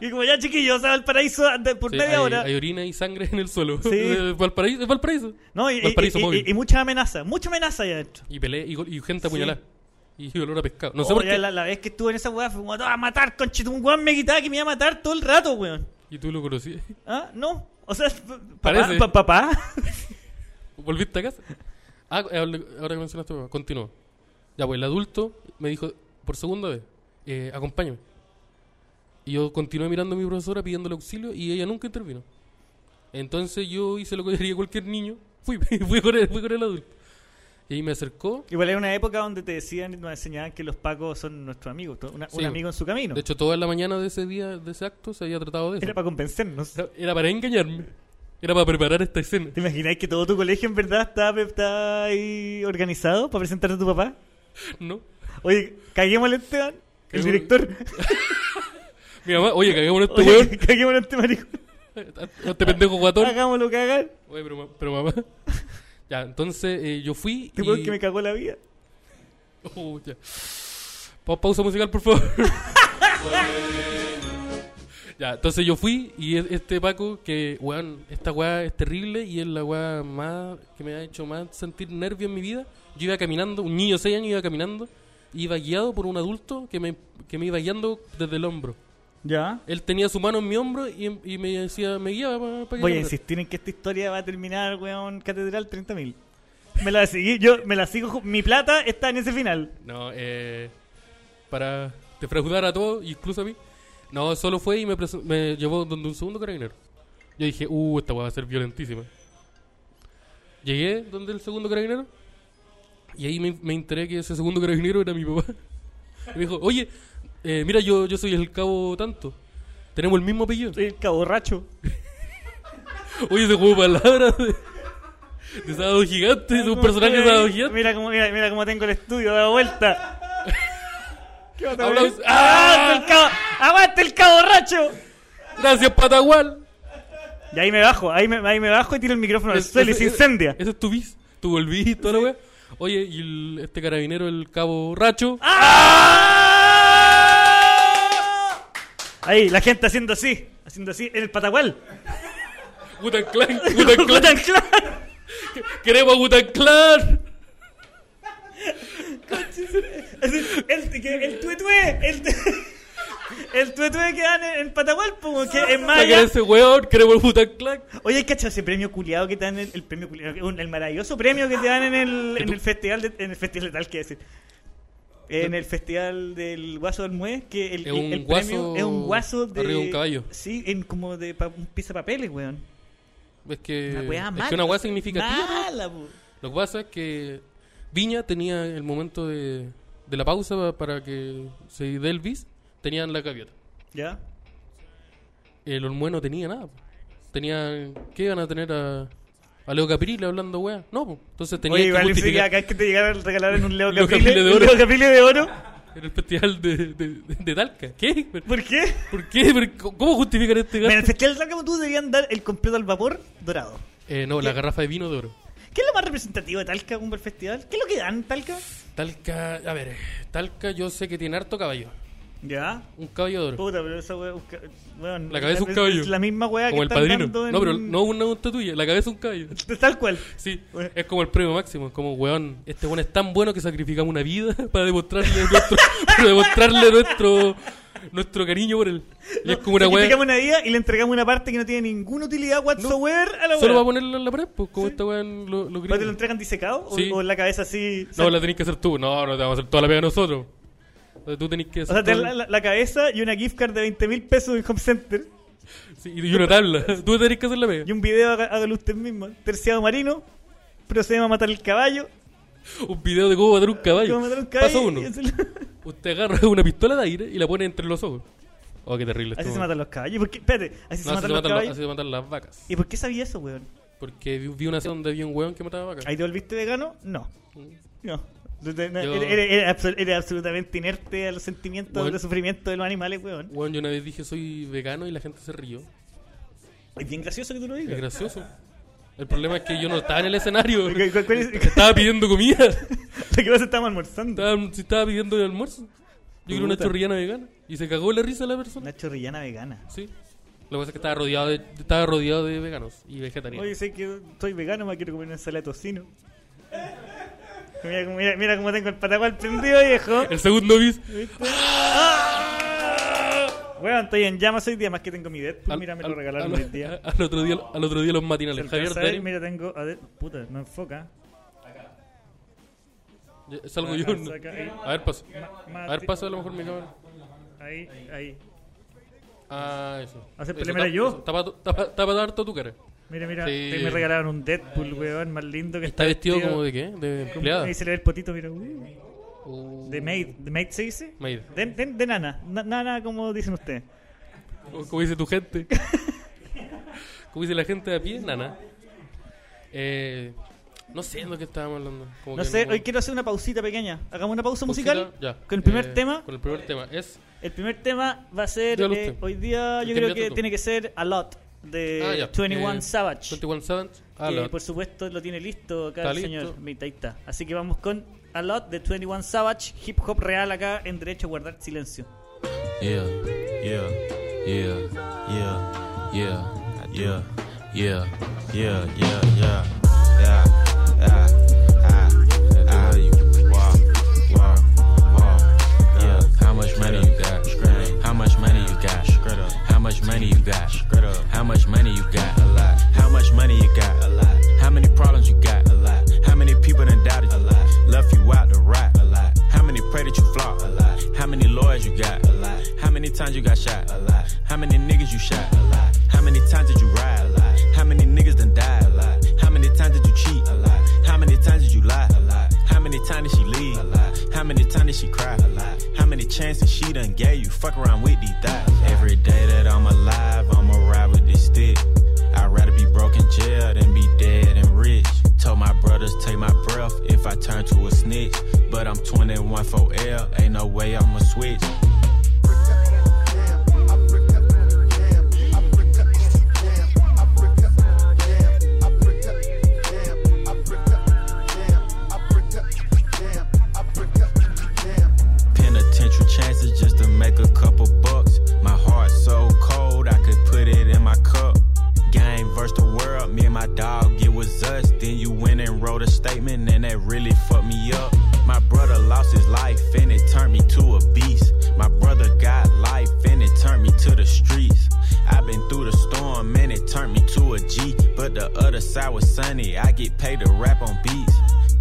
y como ya chiquillos, a Valparaíso anda por Sí, media hay, hora. hay orina y sangre en el suelo. Sí. Es Valparaíso. Es Valparaíso. no, y, y- Valparaíso y- móvil. y- y mucha amenaza, mucha amenaza allá adentro. Y pelea y, gol- y gente Sí. apuñalada. Y olor a pescado. No Oh, sé por ya qué. La, la vez que estuve en esa weá fue como "Te vas a matar, conchito. Un weón me quitaba que me iba a matar todo el rato, weón. Y tú lo conocías. ¿Ah? No. O sea, p- papá, Parece. pa- papá. ¿Volviste a casa? Ah, eh, ahora ahora que mencionaste, papá, continúo. Ya, pues el adulto me dijo por segunda vez, eh, acompáñame. Y yo continué mirando a mi profesora pidiéndole auxilio y ella nunca intervino. Entonces yo hice lo que haría cualquier niño. Fui, fui, con el, fui con el adulto. Y ahí me acercó. Igual era una época donde te decían y nos enseñaban que los pacos son nuestros amigos, to- una- Sí, un amigo en su camino. De hecho, toda la mañana de ese día, de ese acto, se había tratado de eso. era para convencernos. Era para engañarme. Era para preparar esta escena. ¿Te imagináis que todo tu colegio en verdad está, está ahí organizado para presentarte a tu papá? No. Oye, caguémosle a Esteban, el Caguémosle. director. Mi mamá, oye, caguémosle a este weón. Oye, Ah, caguémosle a este maricón. A este pendejo guatón. Hagámoslo cagar. Oye, pero, ma- pero mamá. Ya, entonces eh, yo fui. Este weón y... que me cagó la vida. Oh, ya. Pa- pausa musical, por favor. ya, entonces yo fui y e- este Paco, que, weón, esta weá es terrible y es la weá más que me ha hecho más sentir nervio en mi vida. Yo iba caminando, un niño de 6 años iba caminando, y iba guiado por un adulto que me, que me iba guiando desde el hombro. Ya. Él tenía su mano en mi hombro y, y me decía, me guiaba para que Voy a caminara. insistir en que esta historia va a terminar, weón, Catedral 30.000. Me la seguí, yo me la sigo. ju- Mi plata está en ese final. No, eh, para defraudar a todos, incluso a mí. No, solo fue y me, presen- me llevó donde un segundo carabinero. Yo dije, uh, esta weá va a ser violentísima. Llegué donde el segundo carabinero y ahí me, me enteré que ese segundo carabinero era mi papá. Y me dijo, oye, eh, mira, yo, yo soy el cabo tanto. Tenemos el mismo apellido. Soy el caborracho. Oye, se jugó palabras de, de sábado gigante, de un personaje de sábado gigante. Mira cómo, mira, mira cómo tengo el estudio dado vuelta. ¿Qué va a tener? Aplausos. ¡Ah! ¡Aguante el cabo! ¡Aguante el caborracho! Gracias, Patagual. Y ahí me bajo, ahí me, ahí me bajo y tiro el micrófono al Es- suelo y es- se es- incendia. Eso es tu bis. Tu volví, toda la wea. Oye, y el- este carabinero, el cabo Racho. ¡Ah! Ahí, la gente haciendo así, haciendo así, en el patagual. Gutan Clan, Gutan Clan. Tan claro. Queremos a Gutan Clan. Así, el, que- el tuetue, el, el tuetue que dan en, en Patagual, po, que es más Saquen allá. ese weón, queremos el Gutan Clan. Oye, ¿cachai ese premio culiado que te dan? El, el premio culiado, un- el maravilloso premio que te dan en el, en el festival, de, en el festival de tal que decir. En el festival del guaso del Mue, que el, Es un el guaso premio es un guaso de. arriba de un caballo. Sí, en como de pa- un pizza papeles, weón. Es que, Una weá Eh, es mala. que una weá significativa. Mala, po. Lo que pasa es que Viña tenía el momento de, de la pausa pa- para que se dé el bis. Tenían la gaviota. ¿Ya? El Olmué no tenía nada. po. Tenía, ¿Qué iban a tener a, a Leo Caprile hablando weá? No, po. entonces tenía Oye, que igual que justificar. acá es que te llegaron a regalar en un Leo Leo Caprile, Caprile de un oro. Leo Caprile de oro. En el festival de, de, de- de Talca. ¿Qué? ¿Por ¿Por qué? por qué? ¿Por qué? ¿Cómo justifican este Mira, en el gasto? Festival de Talca tú debían dar el completo al vapor dorado. Eh, no, la garrafa de vino de oro. ¿Qué es lo más representativo de Talca, un festival? ¿Qué es lo que dan en Talca? Talca, a ver, Talca yo sé que tiene harto caballo. Ya. Un caballo de oro. Puta, pero esa wea. busca- Bueno, La cabeza es un caballo. La misma wea Como que el están padrino. dando en- No, pero no una gusta tuya, la cabeza un caballo. Tal cual. Sí, es como el premio máximo, es como weón, este weón es tan bueno que sacrificamos una vida para demostrarle nuestro, para demostrarle nuestro nuestro cariño por él. Y es como una Le weá. una vida y le entregamos una parte que no tiene ninguna utilidad whatsoever a la wea. Solo va a ponerla en la pared, pues como esta weón lo, ¿Pero lo te lo gringo. entregan disecado? ¿O- Sí. ¿O, en la cabeza así? No, la tenés que hacer tú. No, no te vamos a hacer toda la pega nosotros. O sea, tú tenés que O hacer. sea, te dan todo la, el- la- la cabeza y una gift card de 20 mil pesos en Home Center. Sí, y una tabla. tú tenés que hacer la pega. Y un video, haga- hágalo usted mismo. Terciado marino, procedemos a matar el caballo. Un video de cómo matar un caballo. cómo matar un caballo Paso uno. y hacerlo- Usted agarra una pistola de aire y la pone entre los ojos. Oh, qué terrible. Así esto. se matan los caballos. ¿Por qué? Espérate, así se No, matan así se los matan los- caballos. así se matan las vacas. ¿Y por qué sabía eso, weón? Porque vi, vi una serie donde había un weón que mataba vacas. ¿Ahí te volviste vegano? No. No. No, no, no, Mm. Yo- Eres, eres absol- eres absolutamente inerte a los sentimientos Bueno. de sufrimiento de los animales, weón. Weón, yo una vez dije soy vegano y la gente se rió. Es bien gracioso que tú lo Es digas. gracioso. El problema es que yo no estaba en el escenario. ¿Cu- cu- cuál es- Estaba pidiendo comida. Lo que pasa estamos almorzando. Estaba, se estaba pidiendo el almuerzo. Yo quiero una Pues Puta. chorrillana vegana. Y se cagó la risa la persona. Una chorrillana vegana. Sí. Lo que pasa es que estaba rodeado de, estaba rodeado de veganos y vegetarianos. Oye, sé que soy vegano, me quiero comer una ensalada de tocino. Mira, cómo- mira, mira cómo tengo el patagual prendido, viejo. El segundo bis. ¡Ah! Weón, estoy en llamas hoy día, más que tengo mi Deadpool. al- Pues mira, me al- lo regalaron al, hoy día. al otro día. Al otro día los matinales. Se alcanza Javier a ver, Dani. Mira, tengo. a ver, puta, no enfoca. Ya, Salgo Ah, Se yo. ¿no? alcanza acá. A ver, paso. Ma- A ver, paso a lo mejor mi cámara. Ahí, ahí. Ah, eso. Hacer Eso, primero tap- yo. eso, Tapa, tapa, tapa harto tu cara. Mira, mira, Sí. te- me regalaron un Deadpool, weón, más lindo que este Está vestido como de qué? De empleada. Ahí se le ve el potito, mira. uh. Uh, De maid, ¿de maid se dice? Maid. De, de- de nana, Na- nana como dicen ustedes. O Como dice tu gente. Como dice la gente de a pie, nana. Eh, no sé de lo que estábamos hablando. Como No que sé, hoy quiero hacer una pausita pequeña. Hagamos una pausa Pausita, musical ya. con el primer Eh, tema. Con el primer tema. Es. El primer tema va a ser Dígalo eh, usted. hoy día, yo Usted creo mira que tú. tiene que ser A Lot de ah, ya. 21 Eh, Savage. 21 Savage. Ah, que la- por supuesto lo tiene listo acá Está el listo. señor. Mira, ahí está. Así que vamos con A Lot de 21 Savage, hip hop real acá en Derecho a Guardar Silencio. Yeah, yeah, yeah, yeah, yeah, yeah, yeah, yeah, yeah, yeah, yeah, yeah, ah, ah, you. Wow, wow, wow, yeah. How much money you got? How much money you got? How much money you got? How much money you got? A lot. How much money you got? A lot. How many problems you got? A lot. How many people done doubted you? A lot. Left you out to rot? A lot. How many pray that you flop? A lot. How many lawyers you got? A lot. How many times you got shot? A lot. How many niggas you shot? A lot. How many times did you ride? A lot. How many niggas done died? A lot. How many times did you cheat? A lot. How many times did you lie? A lot. How many times did she leave? A lot. How many times did she cry? A lot. How many chances she done gave you? Fuck around with these thoughts. Every day that I'm alive, I'ma ride with this stick. I'd rather be broke in jail than be dead and rich. Told my brothers take my breath if I turn to a snitch. But I'm 21 for L, ain't no way I'ma switch. Penitential chances just to make a couple bucks. My heart so cold, I could put it in my cup. Game versus the world, me and my dog, it was us. Then you went and wrote a statement, and that really fucked me up. My brother lost his life, and it turned me to a beast. My brother got life, and it turned me to the streets. I've been through the storm, and it turned me to a G. But the other side was sunny, I get paid to rap on beats.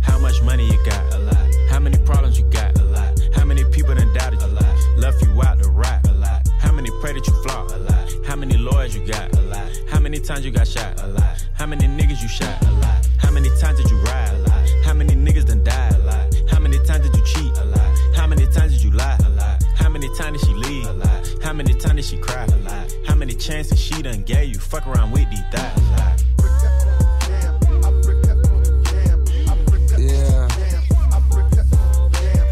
How much money you got? A lot. How many problems you got? A lot. How many people done doubted you? A lot. Left you out to rot? A lot. How many pray that you flop? A lot. How many lawyers you got? A lot. How many times you got shot? A lot. How many niggas you shot? A lot. How many times did you ride? A lot. How many niggas done died? A lot. How many times did you cheat? A lot. How many times did you lie? A lot. How many times did she leave? A lot. How many times did she cry? A lot. How many chances she done gave you? Fuck around with these thighs. A lot. Yeah.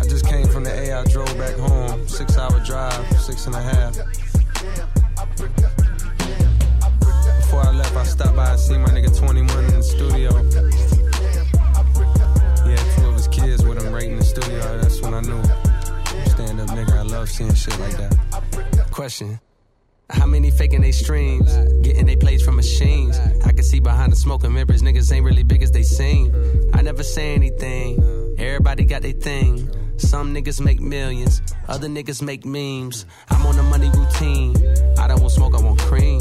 I just came from the A. I drove back home. Six hour drive, six and a half. Before I left, I stopped by and seen my nigga 21 in the studio. Yeah, two of his kids with him right in the studio. That's when I knew. Stand up nigga, I love seeing shit like that. Question. How many faking they streams? Getting they plays from machines. I can see behind the smoke and mirrors, niggas ain't really big as they seem. I never say anything. Everybody got their thing. Some niggas make millions, other niggas make memes. I'm on a money routine. I don't want smoke, I want cream.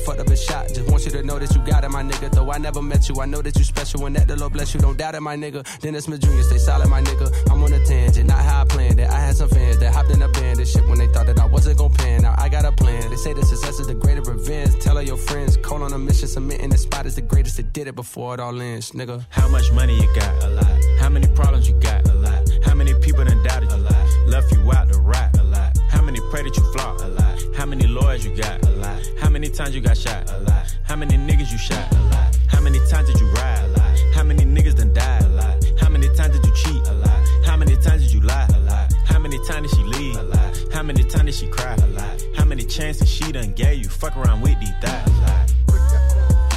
fucked up his shot. Just want you to know that you got it, my nigga. Though I never met you, I know that you special and that the Lord bless you. Don't doubt it, my nigga. Dennis Smith Jr., stay solid, my nigga. I'm on a tangent, not how I planned it. I had some fans that hopped in a band this shit when they thought that I wasn't gonna pan. Now I got a plan. They say the success is the greater revenge. Tell all your friends, call on a mission, submitting the spot is the greatest that did it before it all ends, nigga. How much money you got? A lot. How many problems you got? A lot. How many people done doubted you? A lot. Left you out to rot? A lot. How many pray that you flop? A lot. How many lawyers you got? A lot. How many times you got shot? A lot. How many niggas you shot? A lot. How many times did you ride? A lot. How many niggas done died? A lot. How many times did you cheat? A lot. How many times did you lie? A lot. How many times did she leave? A lot. How many times did she cry? A lot. How many chances she done gave you? Fuck around with these thighs? A lot.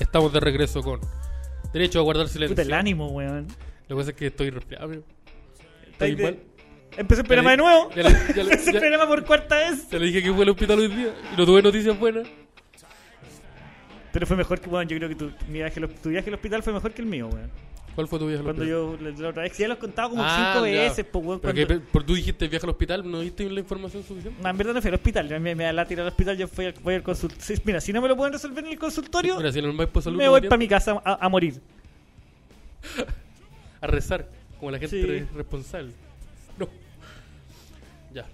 Estamos de regreso con Derecho a guardar silencio. Puta el ánimo, weón. Lo que pasa es que estoy resfriado. amigo. Estáis de- igual? Empecé el programa de nuevo. Ya le- ya le- Empecé el ya- programa por cuarta vez. Se le dije que fue al hospital hoy día y no tuve noticias buenas. Pero fue mejor que, bueno, yo creo que tu, mi viaje, al hosp- tu viaje al hospital fue mejor que el mío, weón. ¿Cuál fue tu viaje al Cuando hospital? yo la- la otra vez, si ya los contaba como Ah, cinco ya. veces, pues, weón. Pero cuando- que, por tú dijiste viaje al hospital, ¿no diste la información suficiente? No, en verdad no fui al hospital, me, me da la tira al hospital, yo fui al- voy al consultorio. Mira, si no me lo pueden resolver en el consultorio, Mira, si en el Maipo Salud me no voy atienden, para mi casa a, a morir. a rezar, como la gente Sí. re- responsable. No. Ya.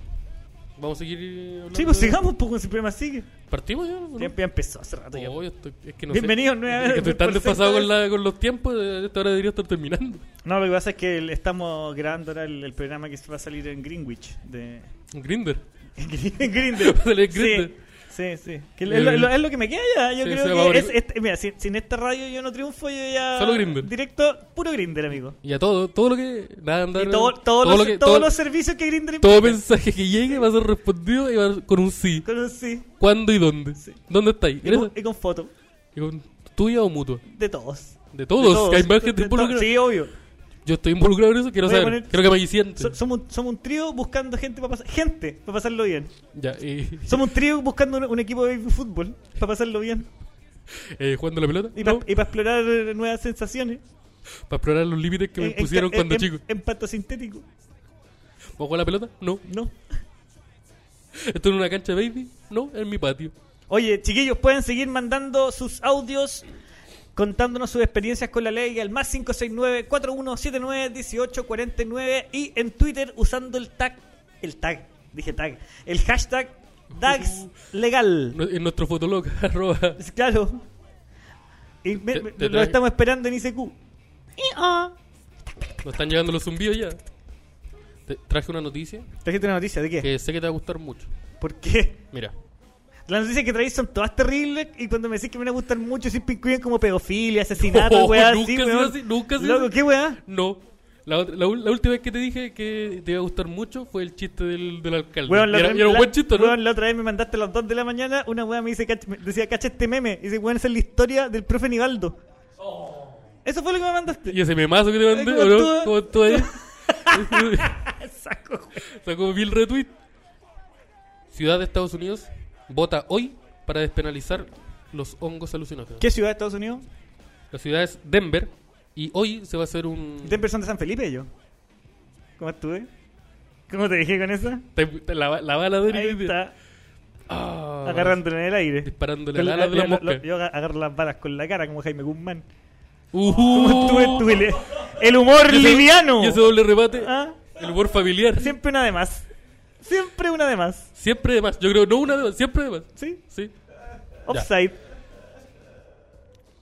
Vamos a seguir eh, hablando. Sí, pues de- sigamos, pues, con su problema sigue. ¿Partimos ya? ¿no? Ya, ya empezó hace rato. ya. Oh, yo estoy- es que no Bienvenidos sé. nuevamente Es que estoy tan por desfasado con, sexta la- con los tiempos, eh, esta hora debería estar terminando. No, lo que pasa es que el- estamos grabando ahora el, el programa que va a salir en Greenwich. De... Un grinder. en Grindr. Va a salir en sí, Grindr. sí, sí. Que es, lo, Eh, lo- es lo que me queda ya. Yo sí, se va creo a que es, abrir- es- mira, si- sin esta radio yo no triunfo, yo ya. Solo Grindr. Directo, puro Grindr, amigo. Y a todo, todo lo que. Nada, andar, Y todo- todos todo los, lo que- todos todo- los servicios que Grindr todo implica. mensaje que llegue va a ser respondido y va a ser con un sí. Con un sí. ¿Cuándo y dónde? Sí. ¿Dónde estáis? Y con, ¿Eres- y con foto. y con- ¿Tuya o mutua? De todos. De De todos, que hay De- más gente de to- involucrada. Sí, obvio. Yo estoy involucrado en eso, quiero Voy a saber. poner- Quiero que me dicen. So- somos, un- somos un trío buscando gente para pasar. Gente, para pasarlo bien. Ya, y, Somos un trío buscando un, un equipo de fútbol para pasarlo bien. eh, jugando la pelota. Y ¿no? para explorar eh, nuevas sensaciones. Eh, Para explorar los límites que me En- en- pusieron en- cuando en- chico. En pato sintético. ¿Vamos a jugar a la pelota? No. No. ¿Estoy en una cancha de baby? No, en mi patio. Oye, chiquillos, pueden seguir mandando sus audios contándonos sus experiencias con la ley al más 569-4179-1849 y en Twitter usando el tag, el tag, dije tag, el hashtag DagsLegal. No- En nuestro fotolog, arroba. Es Claro. Y me- Te- me- te lo tra- estamos esperando en ICQ. Nos están llegando los zumbidos ya. Te traje una noticia Trajiste una noticia, ¿de qué? que sé que te va a gustar mucho. ¿Por qué? Mira, Las noticias que traéis son todas terribles y cuando me decís que me van a gustar mucho siempre incluyen como pedofilia, asesinato, No, weá, Oh, nunca así, ha sido weón. así, nunca ha sido Loco, así. ¿qué weá? no. La, otra- la, ul- la última vez que te dije que te iba a gustar mucho fue el chiste del, del alcalde. Weón, la, y era, otra, y era un la- buen chiste, ¿no? weón, la otra vez me mandaste a las 2 de la mañana, una weá me dice, "Cacha- me decía, cacha este meme. Y dice, weón, esa es la historia del profe Nivaldo. Eso fue lo que me mandaste. Oh. Y ese memazo que te mandé, Ay, ¿o como ¿no? tú- ¿eh? Como tú ahí. Saco, weón. Sacó mil retweets. Ciudad de Estados Unidos vota hoy para despenalizar los hongos alucinógenos. ¿Qué ciudad de Estados Unidos? La ciudad es Denver y hoy se va a hacer un... Denver son de San Felipe, yo. ¿Cómo estuve? ¿Cómo te dejé con esa? Te- te- La, la bala de... Ahí está, Ah, agarrándole en el aire. Disparándole Con la la- ala de la yo- mosca. lo- Yo aga- agarro las balas con la cara como Jaime Guzmán. Ujú. ¿Cómo estuve, estuve le- El humor Uh-huh. Y ese- liviano. Y ese doble remate. ¿Ah? El humor familiar. Siempre una de más. Siempre una de más. Siempre de más. Yo creo, no una de más, siempre de más. ¿Sí? Sí. Offside.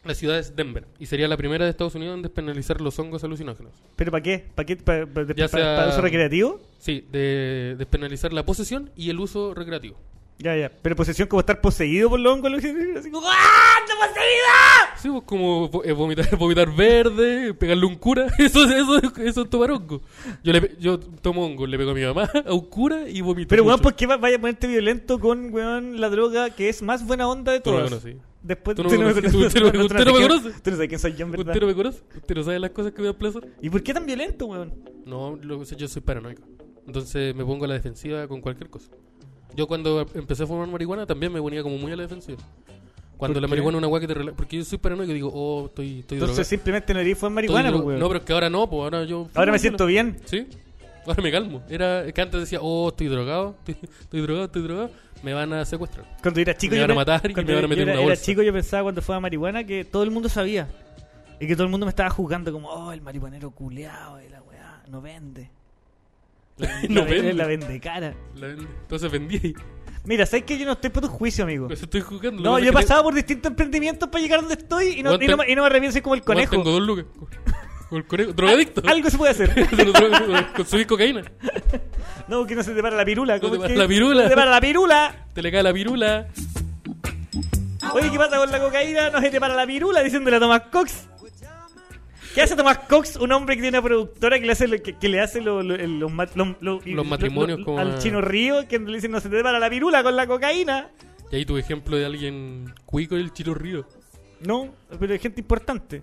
La ciudad es Denver y sería la primera de Estados Unidos en despenalizar los hongos alucinógenos. ¿Pero para qué? ¿Para qué? ¿Para, para- para- Ya sea- para uso recreativo? Sí, de despenalizar la posesión y el uso recreativo. Ya, ya. Pero posesión como estar poseído por los hongos. lo que- así como, ¡Ah! ¡Ando poseído! Sí, pues como vo- eh, vomitar, vomitar verde, pegarle un cura, eso, es- eso, es- eso es tomar hongo. Yo, le, pe- yo tomo hongo, le pego a mi mamá, a un cura y vomito. Pero, weón, mucho. ¿por qué va- vaya a ponerte violento con, weón, la droga que es más buena onda de Tú no me todas? conocí. Después Tú no me conocí, tú- tú tú no- usted no me sabes quién- conoce. Tú no sabes quién soy yo, en verdad. ¿Usted no me conoce? ¿Usted no sabe las cosas que me dan placer? ¿Y por qué tan violento, weón? No, lo- yo soy paranoico. Entonces me pongo a la defensiva con cualquier cosa. Yo cuando empecé a fumar marihuana también me ponía como muy a la defensiva. Cuando ¿Por la qué? marihuana es una agua que te relaja. Porque yo soy paranoico y digo, oh, estoy, estoy Entonces drogado. simplemente no herí fue Estoy marihuana, dro- pues, weón. No, pero es que ahora no, pues ahora yo. Ahora me siento bien. Sí, ahora me calmo. Era es que antes decía, oh, estoy drogado, estoy, estoy drogado, estoy drogado. Me van a secuestrar. Cuando era chico Me yo van a pe- matar y cuando me van a yo meter en era, una era bolsa. chico yo pensaba cuando fue a marihuana que todo el mundo sabía y que todo el mundo me estaba juzgando como, "Oh, el marihuanero culeado, la weá, no vende." La, No la ve- vende. la vende cara. La- Entonces vendí ahí. Mira, sabes que yo no estoy por tu juicio, amigo. Pues estoy jugando. No, lo que yo he pasa es pasado por distintos emprendimientos para llegar donde estoy y no, Weón, y no te- me- y no me arrepiento soy como el que- Juan, conejo. Tengo dos lucas. Con el conejo. Drogadicto. Algo se puede hacer. Se lo droga- Consumí cocaína. No, que no se te para la pirula. ¿cómo te es para que- la pirula. No te para la pirula. Te le cae la pirula. Oye, ¿qué pasa con la cocaína? No se te para la pirula, diciéndole a Thomas Cox. ¿Qué hace Thomas Cox? Un hombre que tiene una productora que le hace, lo- que, que le hace lo- lo- el- los, mat- lo- lo- Los matrimonios con- al chino Río, que le dice no se te para la pirula con la cocaína. Y ahí tu ejemplo de alguien cuico y el chilo río. No, pero es gente importante.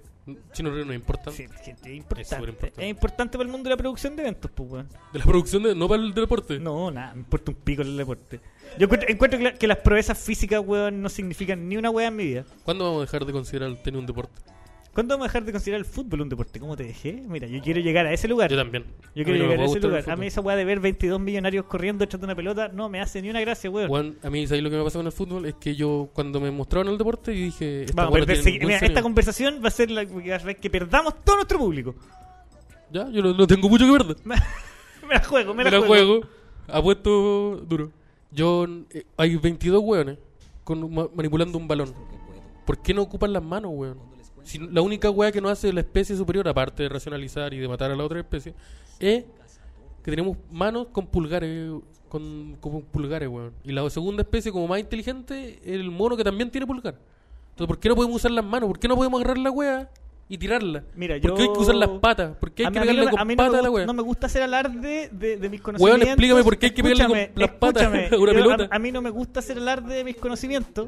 Chino Río no importa. Sí, gente, es importante. súper Es, importante. importante para el mundo de la producción de eventos, pues, weón. De la producción, de, no para el deporte. No, nada, me importa un pico el deporte. Yo encuentro, encuentro que, la- que las proezas físicas, weón, no significan ni una weá en mi vida. ¿Cuándo vamos a dejar de considerar el tenis un deporte? ¿Cuándo vamos a dejar de considerar el fútbol un deporte? ¿Cómo te dejé? Mira, yo quiero llegar a ese lugar. Yo también. Yo mí quiero no me llegar a puede ese gustar el lugar. A mí esa weá de ver 22 millonarios corriendo detrás de una pelota no me hace ni una gracia, weón. Juan, a mí, ¿sabes lo que me pasa con el fútbol? Es que yo, cuando me mostraron el deporte, yo dije. Esta Vamos, weá este pero no tiene perse- ningún mira, sentido. esta conversación va a ser la que va a hacer que perdamos todo nuestro público. Ya, yo no, no tengo mucho que perder. Me la juego, me Me la, la juego. juego. Apuesto duro. Yo. eh, hay 22 hueones con, ma- manipulando un balón. ¿Por qué no ocupan las manos, weón? Si la única hueá que nos hace la especie superior, aparte de racionalizar y de matar a la otra especie, es que tenemos manos con pulgares. Con, con pulgares, weón. Y la segunda especie, como más inteligente, es el mono que también tiene pulgar. Entonces, ¿por qué no podemos usar las manos? ¿Por qué no podemos agarrar la hueá y tirarla? Mira, ¿Por yo... qué hay que usar las patas? ¿Por qué hay A que mí- a mí no pegarle me- a con mí no patas me a la gust- hueá? No me gusta hacer alarde de, de mis conocimientos. Weón, explícame por qué hay que pegarle con Escúchame, las patas escúchame. a una Yo- pelota. A, mí no me gusta hacer alarde de mis conocimientos.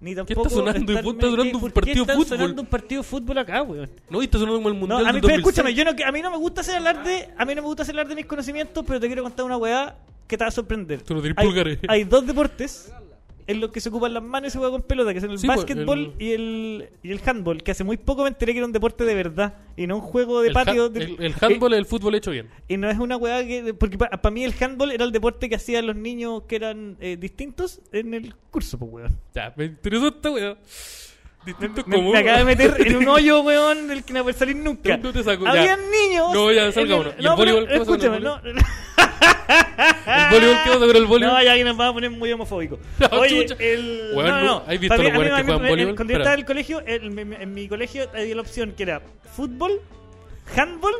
Ni tampoco sonando? ¿Y por qué está estarme- sonando un ¿por qué partido está fútbol? sonando un partido de fútbol acá, weón? No, y está sonando como el No, mundial a del mí, pero 2006. escúchame, yo no, a mí no me gusta hacer alarde, a mí no me gusta hacer alarde de mis conocimientos, pero te quiero contar una weá que te va a sorprender. Tú no tenés hay, pulgares. hay dos deportes en los que se ocupan las manos y se juega con pelota, que son el Sí, pues, básquetbol el- y el y el handball, que hace muy poco me enteré que era un deporte de verdad y no un juego de el, patio. ha- de- Eh, el, el handball es el fútbol hecho bien. Y, y no es una weá que porque para mí el handball era el deporte que hacían los niños que eran eh, distintos en el curso, pues weón. Ya, me interesó esta weá. Distinto Me, como. me acaba de meter en un hoyo, weón, del que no puede salir nunca. No te saco, ya. Habían niños. No, ya, salga en uno. el- ¿Y el No, pero voleibol? ¿Qué pasa con el escúchame, no. El voleibol, ¿qué pasa con el voleibol? No, ya alguien nos va a poner muy homofóbico. No, Oye, chucha. el. Weón, no, no. ¿hay visto Para mí- los a mí- a weones que mí- juegan en- voleibol? Cuando yo estaba Espera. en el colegio, en, en- en mi colegio había la opción que era fútbol, handball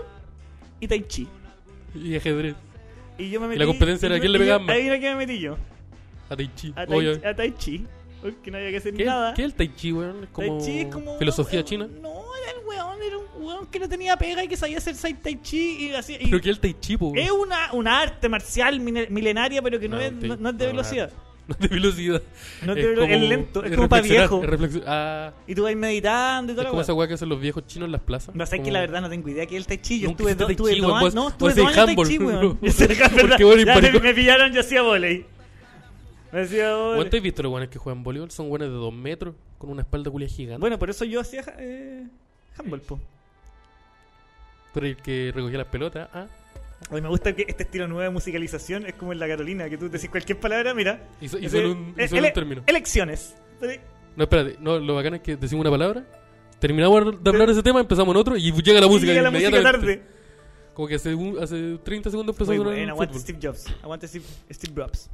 y tai chi. Y ajedrez. Y yo me metí. la competencia era y me- quién le y yo- pegaba más. Ahí era que me metí yo. A Tai Chi. A Oye, tai, a tai chi. Porque no había que hacer ¿qué, nada. ¿Qué es el Tai Chi, weón? Es como. Tai Chi es como eh, filosofía una- china. No, era el weón, era un weón que no tenía pega y que sabía hacer sai- Tai Chi y así. y- Pero ¿qué es el Tai Chi, po, weón? es una, una arte marcial mine- milenaria, pero Eh, que no, No, es, tai- no, no es de no, velocidad. No es de velocidad. No es de velo- es lento, es como pa' reflexionar, viejo. es reflexio- Ah, Y tú vas meditando y es toda como la esa weá. weá que hacen los viejos chinos en las plazas. No sé Como- que la verdad no tengo idea que es el tai chi. Yo Nunca estuve, hiciste Tai estuve Chi, dos weón, años, vos- no, vos estuve hacéis dos años en tai handball, chi, no, weón. no. Esa es la Porque, verdad. weón, Ya imparico- te- me pillaron, yo hacía volei. Me hacía volei. ¿Cuánto has visto los weones que juegan voleibol? Son weones de 2 metros, con una espalda culia gigante. Bueno, por eso yo hacía eh, handball, po. Pero el que recogía las pelotas, ah. A mí me gusta que este estilo nuevo de musicalización es como en la Carolina, que tú decís cualquier palabra, mira. Y so- y Ese- solo un- y eh, solo un ele- término. Elecciones. Entonces, No, espérate, no, lo bacán es que decimos una palabra, terminamos de hablar de ese tema, empezamos en otro y llega la música. llega la música inmediatamente. tarde. Como que hace, un- hace 30 segundos empezó Muy a sonar buena, el aguante fútbol. Steve Jobs. Aguante Steve, Steve Jobs.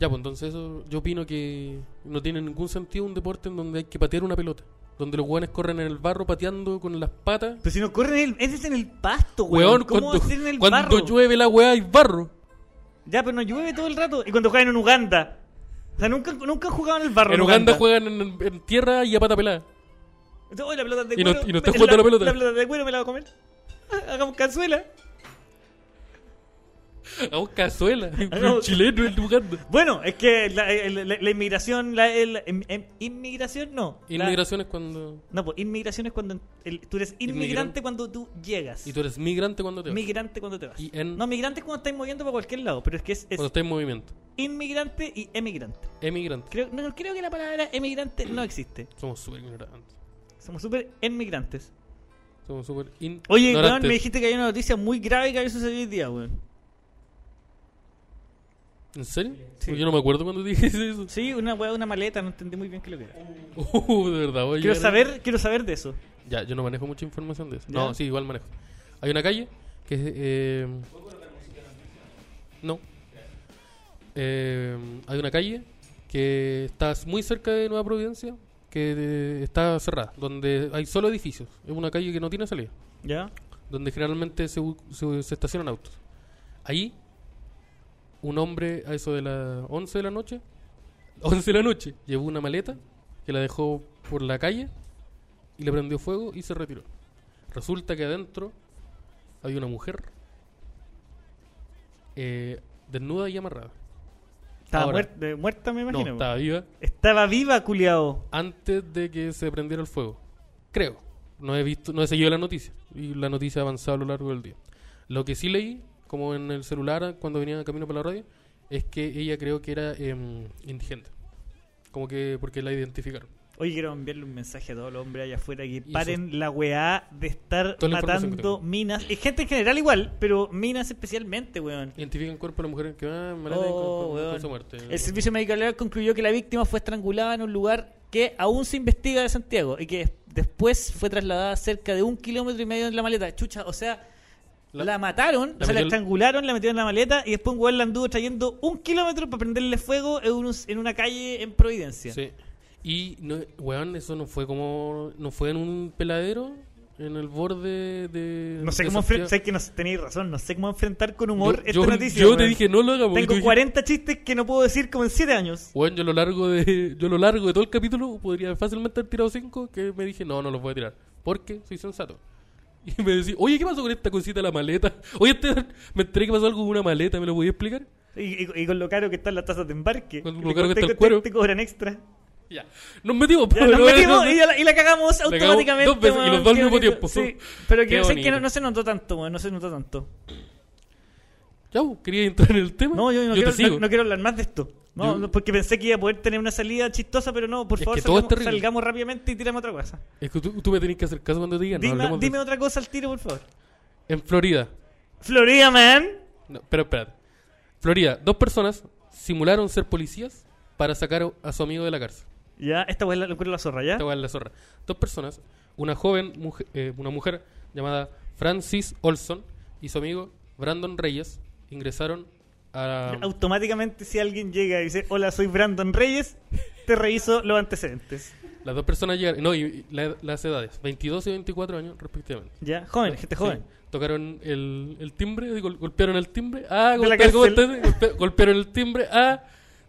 Ya, pues entonces eso, yo opino que no tiene ningún sentido un deporte en donde hay que patear una pelota. Donde los hueones corren en el barro pateando con las patas. Pero si no corren el, ese es en el pasto, weón. Weón, ¿Cómo cuando, va a ser en el cuando barro? llueve la hueá hay barro. Ya, pero no llueve todo el rato. Y cuando juegan en Uganda. O sea, nunca, nunca han jugado en el barro. En Uganda juegan en, en tierra y a pata pelada. Entonces, "Oye, la pelota de Y no- cuero, y no está jugando la pelota". La pelota de cuero me la va a comer. Ah, Hagamos cazuela. A un cazuela. no. un chileno en Uganda. Bueno, es que la, la- la- la inmigración, la, el- em- em- inmigración no. La- Inmigración es cuando. no, pues inmigración es cuando el- tú eres inmigrante Inmigrante. cuando tú llegas. Y tú eres migrante cuando te vas. migrante cuando te vas. Y en- No, migrante es cuando estás moviendo para cualquier lado, pero es que es, es Cuando estás en movimiento. inmigrante y emigrante. Emigrante. Creo, no, creo que la palabra emigrante no existe. Somos súper ignorantes. Somos súper emigrantes. Somos súper in- Oye, weón, ignorantes. me dijiste que hay una noticia muy grave que había sucedido hoy día, weón. ¿En serio? Sí. Porque Yo no me acuerdo cuando dije eso. Sí, una weá, una maleta, no entendí muy bien qué es lo que era. Uh, de verdad, voy a Quiero llegar a- saber, quiero saber de eso. Ya, yo no manejo mucha información de eso. ¿Ya? No, sí, igual manejo. Hay una calle que es. eh, No. Eh, hay una calle que está muy cerca de Nueva Providencia que eh, está cerrada, donde hay solo edificios. Es una calle que no tiene salida. ¿Ya? donde generalmente se, u- se- se estacionan autos. Ahí, un hombre a eso de las 11 de la noche, 11 de la noche, llevó una maleta que la dejó por la calle y le prendió fuego y se retiró. Resulta que adentro había una mujer eh, desnuda y amarrada. Estaba Ahora. muer- de- muerta, me imagino. no, weón. estaba viva Estaba viva, culiao. antes de que se prendiera el fuego. Creo. No he visto, no he seguido la noticia. Y la noticia ha avanzado a lo largo del día. Lo que sí leí, como en el celular cuando venía camino para la radio, es que ella creo que era em, indigente. Como que porque la identificaron. Hoy quiero enviarle un mensaje a todos los hombres allá afuera que paren la weá de estar Toda la información que matando tengo. minas. Y gente en general igual, pero minas especialmente, weón. Identifican cuerpo de la mujer que va, me la tengo Oh, con- con weón. su muerte. El Servicio Médico Legal concluyó que la víctima fue estrangulada en un lugar que aún se investiga de Santiago y que después fue trasladada cerca de un kilómetro y medio en la maleta. Chucha, o sea, la, La- mataron, la o sea, la metió- estrangularon, la metieron en la maleta y después un weón la anduvo trayendo un kilómetro para prenderle fuego en, un- en una calle en Providencia. Sí. Y, no, weón, eso no fue como. No fue en un peladero, en el borde de. No sé de cómo enfrentar, Santiago. sé que no tenéis razón, no sé cómo enfrentar con humor Yo- esta yo- noticia. yo te weón. dije, no lo hagamos, y tú Tengo dijiste- 40 chistes que no puedo decir como en 7 años. Weón, yo a lo largo de yo a lo largo de todo el capítulo podría fácilmente haber tirado cinco que me dije, "No, no los voy a tirar, porque soy sensato." Y me decía, "Oye, ¿qué pasó con esta cosita de la maleta? Oye, este- me enteré que pasó algo con una maleta, ¿me lo podías explicar?" Y, y- y con lo caro que están las tasas de embarque. Con lo Te- caro que te- está el te- cuero. Te este, cobran extra. Ya. Nos metimos, Ya, pero nos no- metimos no- y, ya la, y la cagamos cagamos automáticamente. dos veces y weón, los dos al qué mismo bonito. tiempo. Sí, pero que, Qué sé que no, bonito. no se notó tanto, weón, no se notó tanto. Ya, vos, quería entrar en el tema. No, yo no, te quiero, sigo. no- no quiero hablar más de esto. No, Yo- no, porque pensé que iba a poder tener una salida chistosa, pero no, por Es favor, que todo es salgamos, terrible. salgamos rápidamente y tiramos otra cosa. Es que tú, tú me tenés que hacer caso cuando te digan, no Dime, hablemos de- dime otra cosa al tiro, por favor. en Florida. Florida, man. No, pero espérate. Florida, dos personas simularon ser policías para sacar a su amigo de la cárcel. Ya, esta weá la locura la zorra, ¿ya? Esta weá es la zorra. Dos personas, una joven, mujer, eh, una mujer llamada Francis Olson y su amigo Brandon Reyes ingresaron a... Automáticamente, si alguien llega y dice: Hola, soy Brandon Reyes, te reviso los antecedentes. Las dos personas llegaron... No, y, y la- las edades, 22 y 24 años respectivamente. Ya, joven, gente Este joven. Sí. Tocaron el, el timbre, gol- golpearon el timbre, ah, De la golpe- cárcel. golpe- golpe- golpearon el timbre, ah,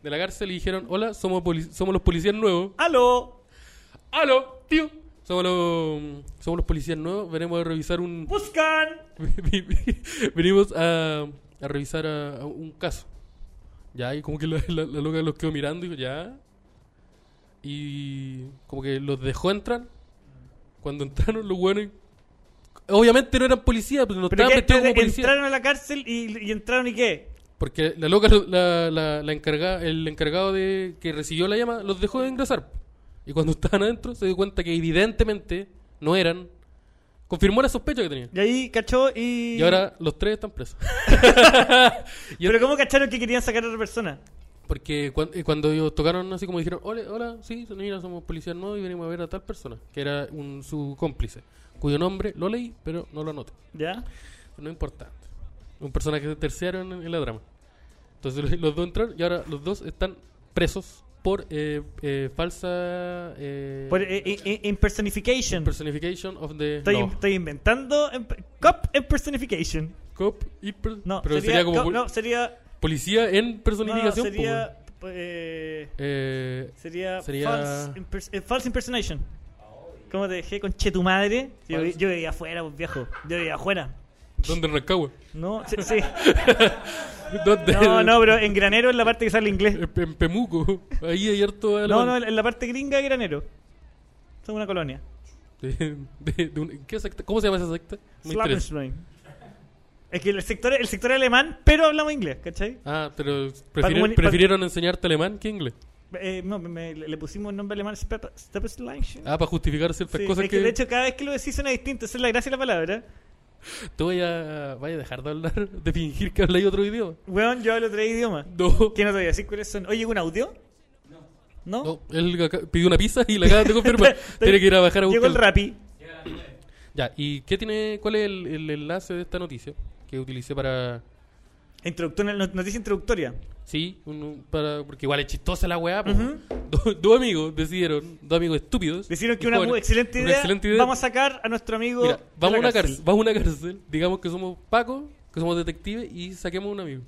de la cárcel y dijeron, hola, somos, poli- somos los policías nuevos. ¡Aló! ¡Aló, tío! Somos los, somos los policías nuevos, venimos a revisar un, ¡Buscan! Venimos a, a revisar a, a un caso. Ya, y como que la, la- la loca los quedó mirando y dijo, ya. Y como que los dejó entrar. Cuando entraron los buenos... Obviamente no eran policías, pero no Pero estaban que vestidos como entraron- policías. entraron a la cárcel y, y entraron y qué? Porque la loca, lo- la, la, la encarga- el encargado de que recibió la llamada, los dejó de ingresar. Y cuando estaban adentro se dio cuenta que evidentemente no eran. Confirmó la sospecha que tenía. Y ahí cachó y... Y ahora los tres están presos. y ¿Pero cómo cacharon que querían sacar a otra persona? Porque cuan- eh, cuando ellos tocaron así como dijeron, hola, hola, sí, señora, somos policías nuevos y venimos a ver a tal persona, que era un, su cómplice, cuyo nombre lo leí, pero no lo anoté. ¿Ya? No es importante. Un personaje de terciario en, en la drama. Entonces los, los dos entraron y ahora los dos están presos por eh, eh, falsa eh, Por, eh, eh, eh, impersonification. personification of the Estoy, law. estoy inventando... imp- cop impersonification. Cop y per- No, pero sería... sería, como cop- pol- no, sería... policía en No, no, personificación. po, weón. sería... eh, Eh, sería... Sería- False, impers- eh, false impersonation. ¿Cómo te dejé con che tu madre? Yo, False. yo vivía afuera, pues, viejo. Yo vivía afuera. ¿Dónde en Rancagua? No, sí, sí. ¿Dónde? No, no, pero en granero es la parte que sale inglés. En en Pemuco. Ahí hay harto de No, alemán. no, en la parte gringa de Granero. Es una colonia. De- de- de un- ¿qué secta? ¿Cómo se llama esa secta? Me interesa. Slappensrain. Es que el sector, el sector alemán, pero hablamos inglés, ¿cachai? Ah, pero Para comuni- prefirieron, prefirieron enseñarte alemán que inglés. Eh, no, me- le pusimos el nombre alemán Step- Steppenslagen. Ah, para justificar ciertas Sí, es cosas que, que, de hecho cada vez que lo decís suena distinto, esa es la gracia de la palabra. tú vaya, vaya a dejar de hablar, de fingir que habláis otro idioma. Weón, yo hablo tres idiomas. No. ¿Qué no te voy a decir cuáles son? Oye, ¿un audio? No. No, él acá- pidió una pizza y la acabas de confirmar. tiene que ir a bajar a Llegó el buscar. rapi. Ya, ¿y qué tiene, cuál es el, el enlace de esta noticia que utilicé para... Introductoria, not- noticia introductoria. Sí, un- para, porque igual es chistosa la weá. po. Ujú. Dos- dos amigos decidieron, dos amigos estúpidos. Decidieron que y una jóvenes, muy excelente una idea, excelente idea. Vamos a sacar a nuestro amigo. Mira, de la vamos a una cárcel. vamos a una cárcel, digamos que somos Paco, que somos detectives y saquemos un amigo.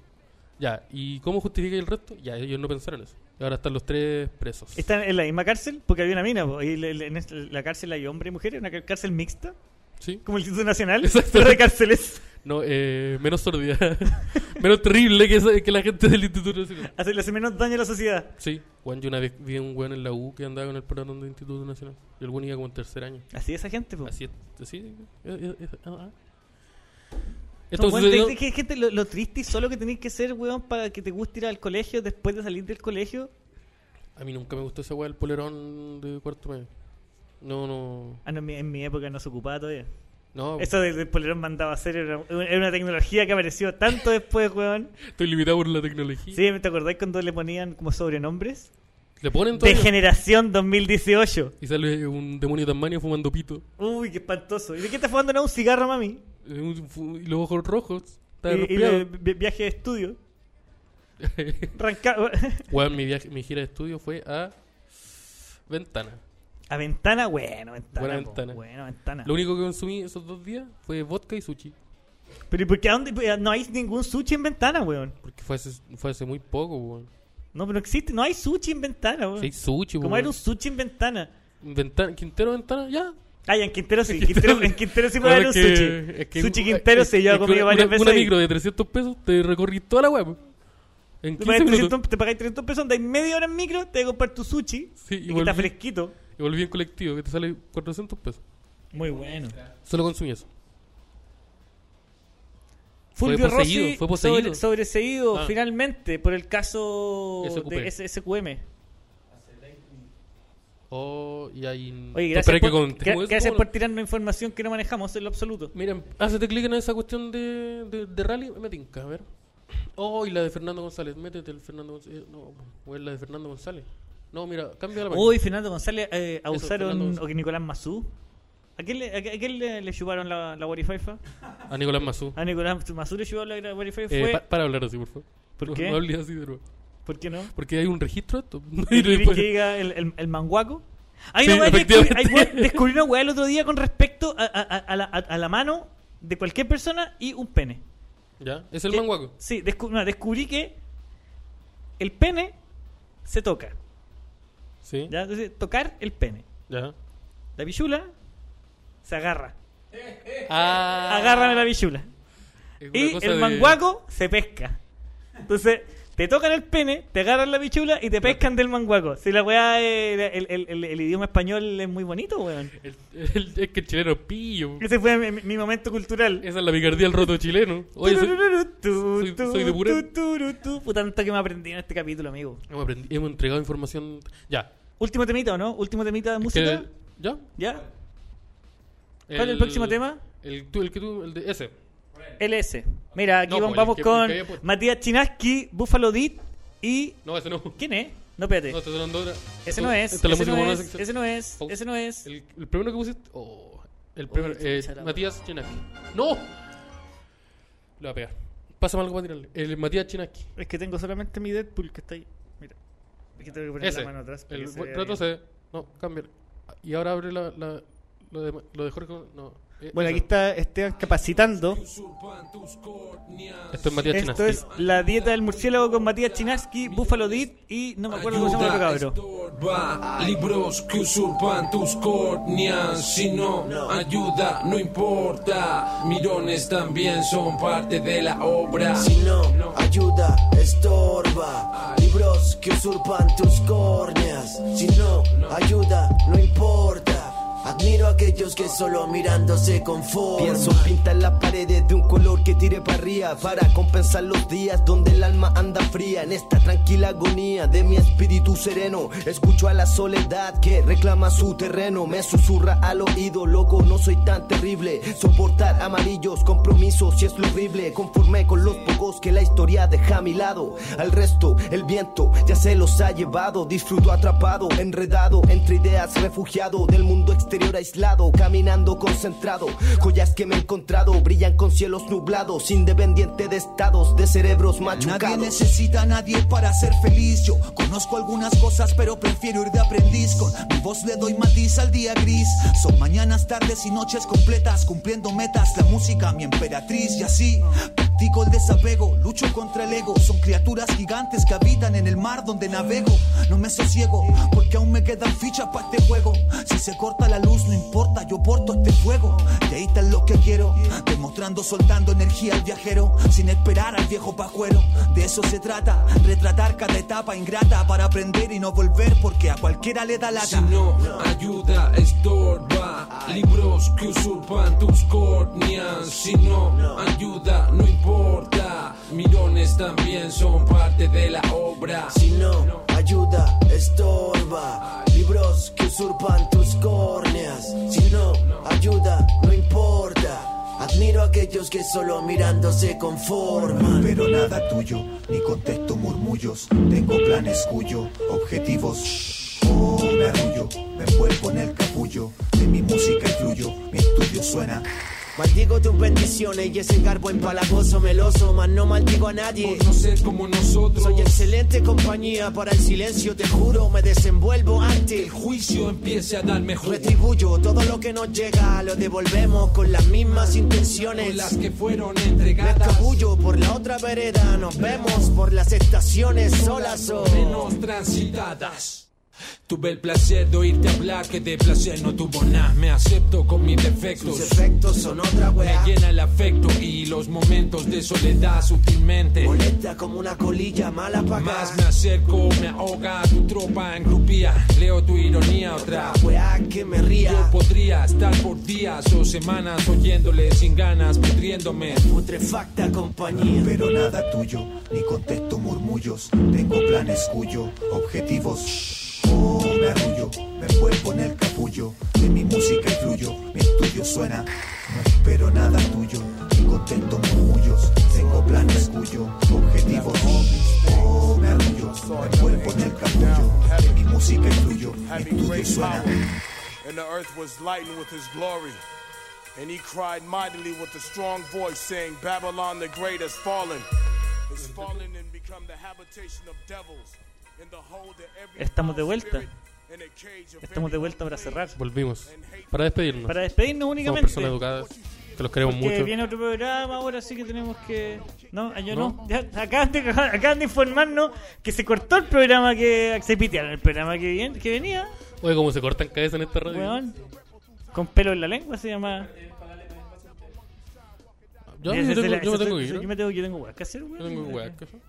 Ya, ¿y cómo justifica el resto? Ya, ellos no pensaron eso. Y Ahora están los tres presos. ¿Están en la misma cárcel? Porque había una mina, po, y le- le- en es- la cárcel hay hombres y mujeres, una cárcel mixta, ¿Sí? como el Instituto Nacional, Exacto. pero de cárceles. No, eh, menos sordida. menos terrible que, esa- que la gente del Instituto Nacional. Hacerle hace menos daño a la sociedad. Sí, Juan, yo una vez vi a un weón en la U que andaba con el paratón del Instituto Nacional. Y el weón iba como en tercer año. Así esa gente, po. Así es, así. eh, es- es- es- ah, ah. No, Esto weón, sucedió- te- que- gente, lo, lo triste y solo que tenés que ser, weón, para que te guste ir al colegio después de salir del colegio. A mí nunca me gustó esa weá del polerón de cuarto medio. No, no. Ah, no, en mi, en mi época no se ocupaba todavía. No, Eso del, del polerón mandaba a hacer era, era una tecnología que apareció tanto después, weón. estoy limitado por la tecnología. Sí, ¿te acordás cuando le ponían como sobrenombres? Le ponen De todo. generación 2018. Y sale un demonio tasmania fumando pito. Uy, qué espantoso. ¿Y de qué estás fumando? No, un cigarro, mami. Eh, un fu- Y los ojos rojos. Está Y, y resfriado. de vi- viaje de estudio. Ranca- Weón, mi, viaje- mi gira de estudio fue a Ventana. a ventana, bueno, ventana. Buena po, ventana. Bueno, ventana. Lo único que consumí esos dos días fue vodka y sushi. Pero ¿y por qué a dónde- pues, no hay ningún sushi en ventana, weón? Porque fue hace, fue hace muy poco, weón. No, pero no existe, no hay sushi en ventana, weón. Sí, sushi, Ah. ¿Cómo weón. era un sushi en ventana? Ventana, Quintero Ventana, ya. Ay, en Quintero sí, Quintero- en Quintero sí puede haber un Ahora que- sushi. es que- sushi Quintero es- se lleva es que comido una- varias una- veces. Una ahí. micro de 300 pesos te recorrí toda la web. En Te 15 pagáis minutos. 300, te pagáis 300 pesos, andáis media hora en micro, te vas a comprar tu sushi, Sí, y y que está volví. fresquito. Y volví en colectivo, que te sale 400 pesos. Muy bueno. Solo consumí eso. Fulvio poseído, Rossi fue poseído. sobre- sobreseído Ah. finalmente por el caso SQP. de S- SQM. Oh, y ahí. Oye, Espera gracias, que por, contemos gra- eso, gracias ¿cómo por no? tirarnos información que no manejamos en lo absoluto. Miren, hazte clic en esa cuestión de, de, de rally. Me tinca, a ver. Oh, y la de Fernando González. Métete el Fernando González. eh, No, o es la de Fernando González. No, mira, cambia la página. Hoy Fernando González eh, Fernando abusaron González. o que Nicolás Mazú. ¿A quién le, a, a quién le, le chuparon la, la guarifaifa? A Nicolás Mazú. A Nicolás Mazú le chuparon la guarifaifa. Eh, Ah, Fue... pa- para hablar así, por favor. ¿Por No- qué? No hables así de nuevo. ¿Por qué no? Porque hay un registro de esto. ¿Y Y ¿Querés que después- diga el, el, el manguaco? Hay Sí, una weá que descubrí, hay efectivamente. weá- descubrí una weá el otro día con respecto a, a- a- a la, a- a la mano de cualquier persona y un pene. ¿Ya? Es el Que- manguaco. Sí, descu- no, descubrí que el pene se toca. Sí. ¿ya? Entonces, tocar el pene. Ya. La pichula se agarra. Ah, Agárrame la pichula. es una Y cosa el de- manguaco se pesca. Entonces, te tocan el pene, te agarran la pichula y te pescan del manguaco. Si la weá, eh, el, el- el- el idioma español es muy bonito, weón. el- el- es que el chileno es pillo. Ese fue mi, mi- mi momento cultural. Esa es la picardía del roto chileno. Eh, Oye, soy- Turururu, tu, soy- tu, soy de Puré. tu, tururu, tu. Puta, tanto que me aprendí en este capítulo, amigo. hemos, aprendi- hemos entregado información. Ya. Último temita, ¿o no? Último temita de música. Que- ¿Ya? ¿Ya? ¿Cuál es el próximo tema? El, tú- el que tú, el de ese. LS. Mira, aquí No, vamos, pues, vamos el que- con el que había puesto. Matías Chinaski, Buffalo Deed y... No, ese no. ¿Quién es? No, espérate. No, está sonando otra. ese no es. Esta es la Ese música no con una es. sección. Ese no es. Oh. Ese no es. El, el primero que pusiste. Oh, el primero. Oye, eh, chucha, la Matías Chinaski. ¡No! Lo voy a pegar. Pásame algo para tirarle. El Matías Chinaski. Es que tengo solamente mi Deadpool que está ahí. Mira. Es que tengo que poner Ese. la mano atrás. para el que se vea bien. retrocede. No, cambia. Y ahora abre la, la- lo, de, lo de Jorge. No. eh, Bueno, eso. aquí está Esteban capacitando. Esto es Matías Esto Chinaski. es la dieta del murciélago con Matías Chinaski, Buffalo Deed y no me acuerdo cómo se llama el Ayuda otro cabro. estorba, libros que usurpan tus córneas. Si no, ayuda, no importa. Mirones también son parte de la obra. Si no, ayuda, estorba. Libros que usurpan tus córneas. Si no, ayuda, no importa. Admiro a aquellos que solo mirándose conforman. Pienso en pintar las paredes de un color que tire para arriba Para compensar los días donde el alma anda fría En esta tranquila agonía de mi espíritu sereno Escucho a la soledad que reclama su terreno Me susurra al oído, loco, no soy tan terrible Soportar amarillos, compromisos, si es lo horrible Conforme con los pocos que la historia deja a mi lado Al resto, el viento ya se los ha llevado Disfruto atrapado, enredado entre ideas Refugiado del mundo exterior aislado Caminando concentrado Joyas que me he encontrado brillan con cielos nublados Independiente de estados, de cerebros Nadie machucados necesita a nadie para ser feliz. Yo conozco algunas cosas, pero prefiero ir de aprendiz. Con mi voz le doy matiz al día gris. Son mañanas, tardes y noches completas, cumpliendo metas. La música, mi emperatriz, y así. practico el desapego, lucho contra el ego. Son criaturas gigantes que habitan en el mar donde navego. No me sosiego, porque aún me quedan fichas para este juego. Si se corta la luz, no importa, yo porto este fuego. Y ahí está lo que quiero, demostrando, soltando energía al viajero, sin esperar al viejo pajuero. De eso se trata, retratar cada etapa ingrata para aprender y no volver, porque a cualquiera le da lata. Si no ayuda, estorba. Libros que usurpan tus córneas. Si no ayuda, no importa. Mirones también son parte de la obra. Si no ayuda, estorba. Libros que usurpan tus córneas. Si no ayuda, no importa. Admiro a aquellos que solo mirándose conforman. Pero nada tuyo, ni contesto murmullos. Tengo planes cuyo, objetivos. Oh, me arrullo, me envuelvo en el capullo. De mi música influyo, mi estudio suena. Maldigo tus bendiciones y ese garbo empalagoso, meloso, mas no maldigo a nadie. Por no ser como nosotros, Soy excelente compañía para el silencio, te juro, me desenvuelvo ante. el juicio empiece a darme jugo. Retribuyo todo lo que nos llega, lo devolvemos con las mismas intenciones. Las que fueron Me entregadas. escabullo por la otra vereda, nos vemos por las estaciones solas o. menos transitadas. Tuve el placer de oírte hablar que de placer no tuvo nada. Me acepto con mis defectos. Sus efectos son otra Me weá. llena el afecto y los momentos de soledad sutilmente. Molesta como una colilla mala pa' Más acá. me acerco, me ahoga tu tropa en grupía. Leo tu ironía otra. Weá que me ría. Yo podría estar por días o semanas oyéndole sin ganas, pudriéndome. Putrefacta compañía. Pero nada tuyo, ni contesto murmullos. Tengo planes cuyo, objetivos. Oh, me arrullo, me envuelvo en el capullo. De mi música influyo, mi estudio suena. Pero nada tuyo, ni contesto murmullos. Tengo planes cuyo, objetivos. Oh, me arrullo, me envuelvo en el capullo. De mi música influyo, mi estudio suena. and the earth was lightened with his glory. And he cried mightily with a strong voice, saying, Babylon the Great has fallen, is fallen and become the habitation of devils, in the hold of every Estamos de foul vuelta. spirit, in a cage of Estamos de every vuelta para unclean cerrar. Volvimos. Para despedirnos. Para despedirnos Somos únicamente. personas educadas. Que los queremos Que mucho. viene otro programa ahora, así que tenemos que. No, ah, yo no. No. Ya, acaban, de, acaban de informarnos que se cortó el programa que. Se pitearon el programa que, vien- que venía. Oye, cómo se cortan cabezas en esta radio. Weón. Con pelo en la lengua se llama. Yo, Desde yo tengo, la- yo me esa- tengo que ir. Yo me tengo, yo tengo weas que hacer, Yo tengo weón. que wear, ¿cachai?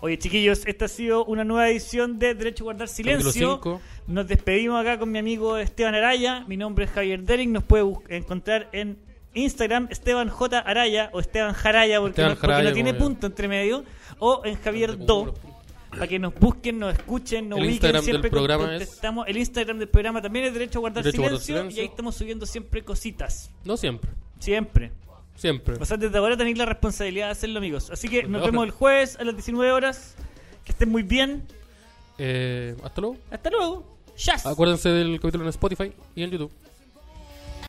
Oye, chiquillos, esta ha sido una nueva edición de Derecho a Guardar Capítulo Silencio. 5. Nos despedimos acá con mi amigo Esteban Araya. Mi nombre es Javier Dering. Nos puede bus- encontrar en Instagram Esteban J. Araya o Esteban Jaraya porque, Esteban no, porque no Jaraya, tiene como yo. punto entre medio. O en Javier Do. Para que nos busquen, nos escuchen, nos El ubiquen. Instagram del siempre programa contestamos. El Instagram del programa también es Derecho a Guardar, Derecho a Guardar silencio, Silencio. Y ahí estamos subiendo siempre cositas. No siempre. Siempre. Siempre. O sea, desde ahora tenéis la responsabilidad de hacerlo, amigos. Así que Desde nos ahora. vemos el jueves a las 19 horas. Que estén muy bien. Eh, hasta luego. Hasta luego. Chas. Acuérdense del capítulo en Spotify y en YouTube.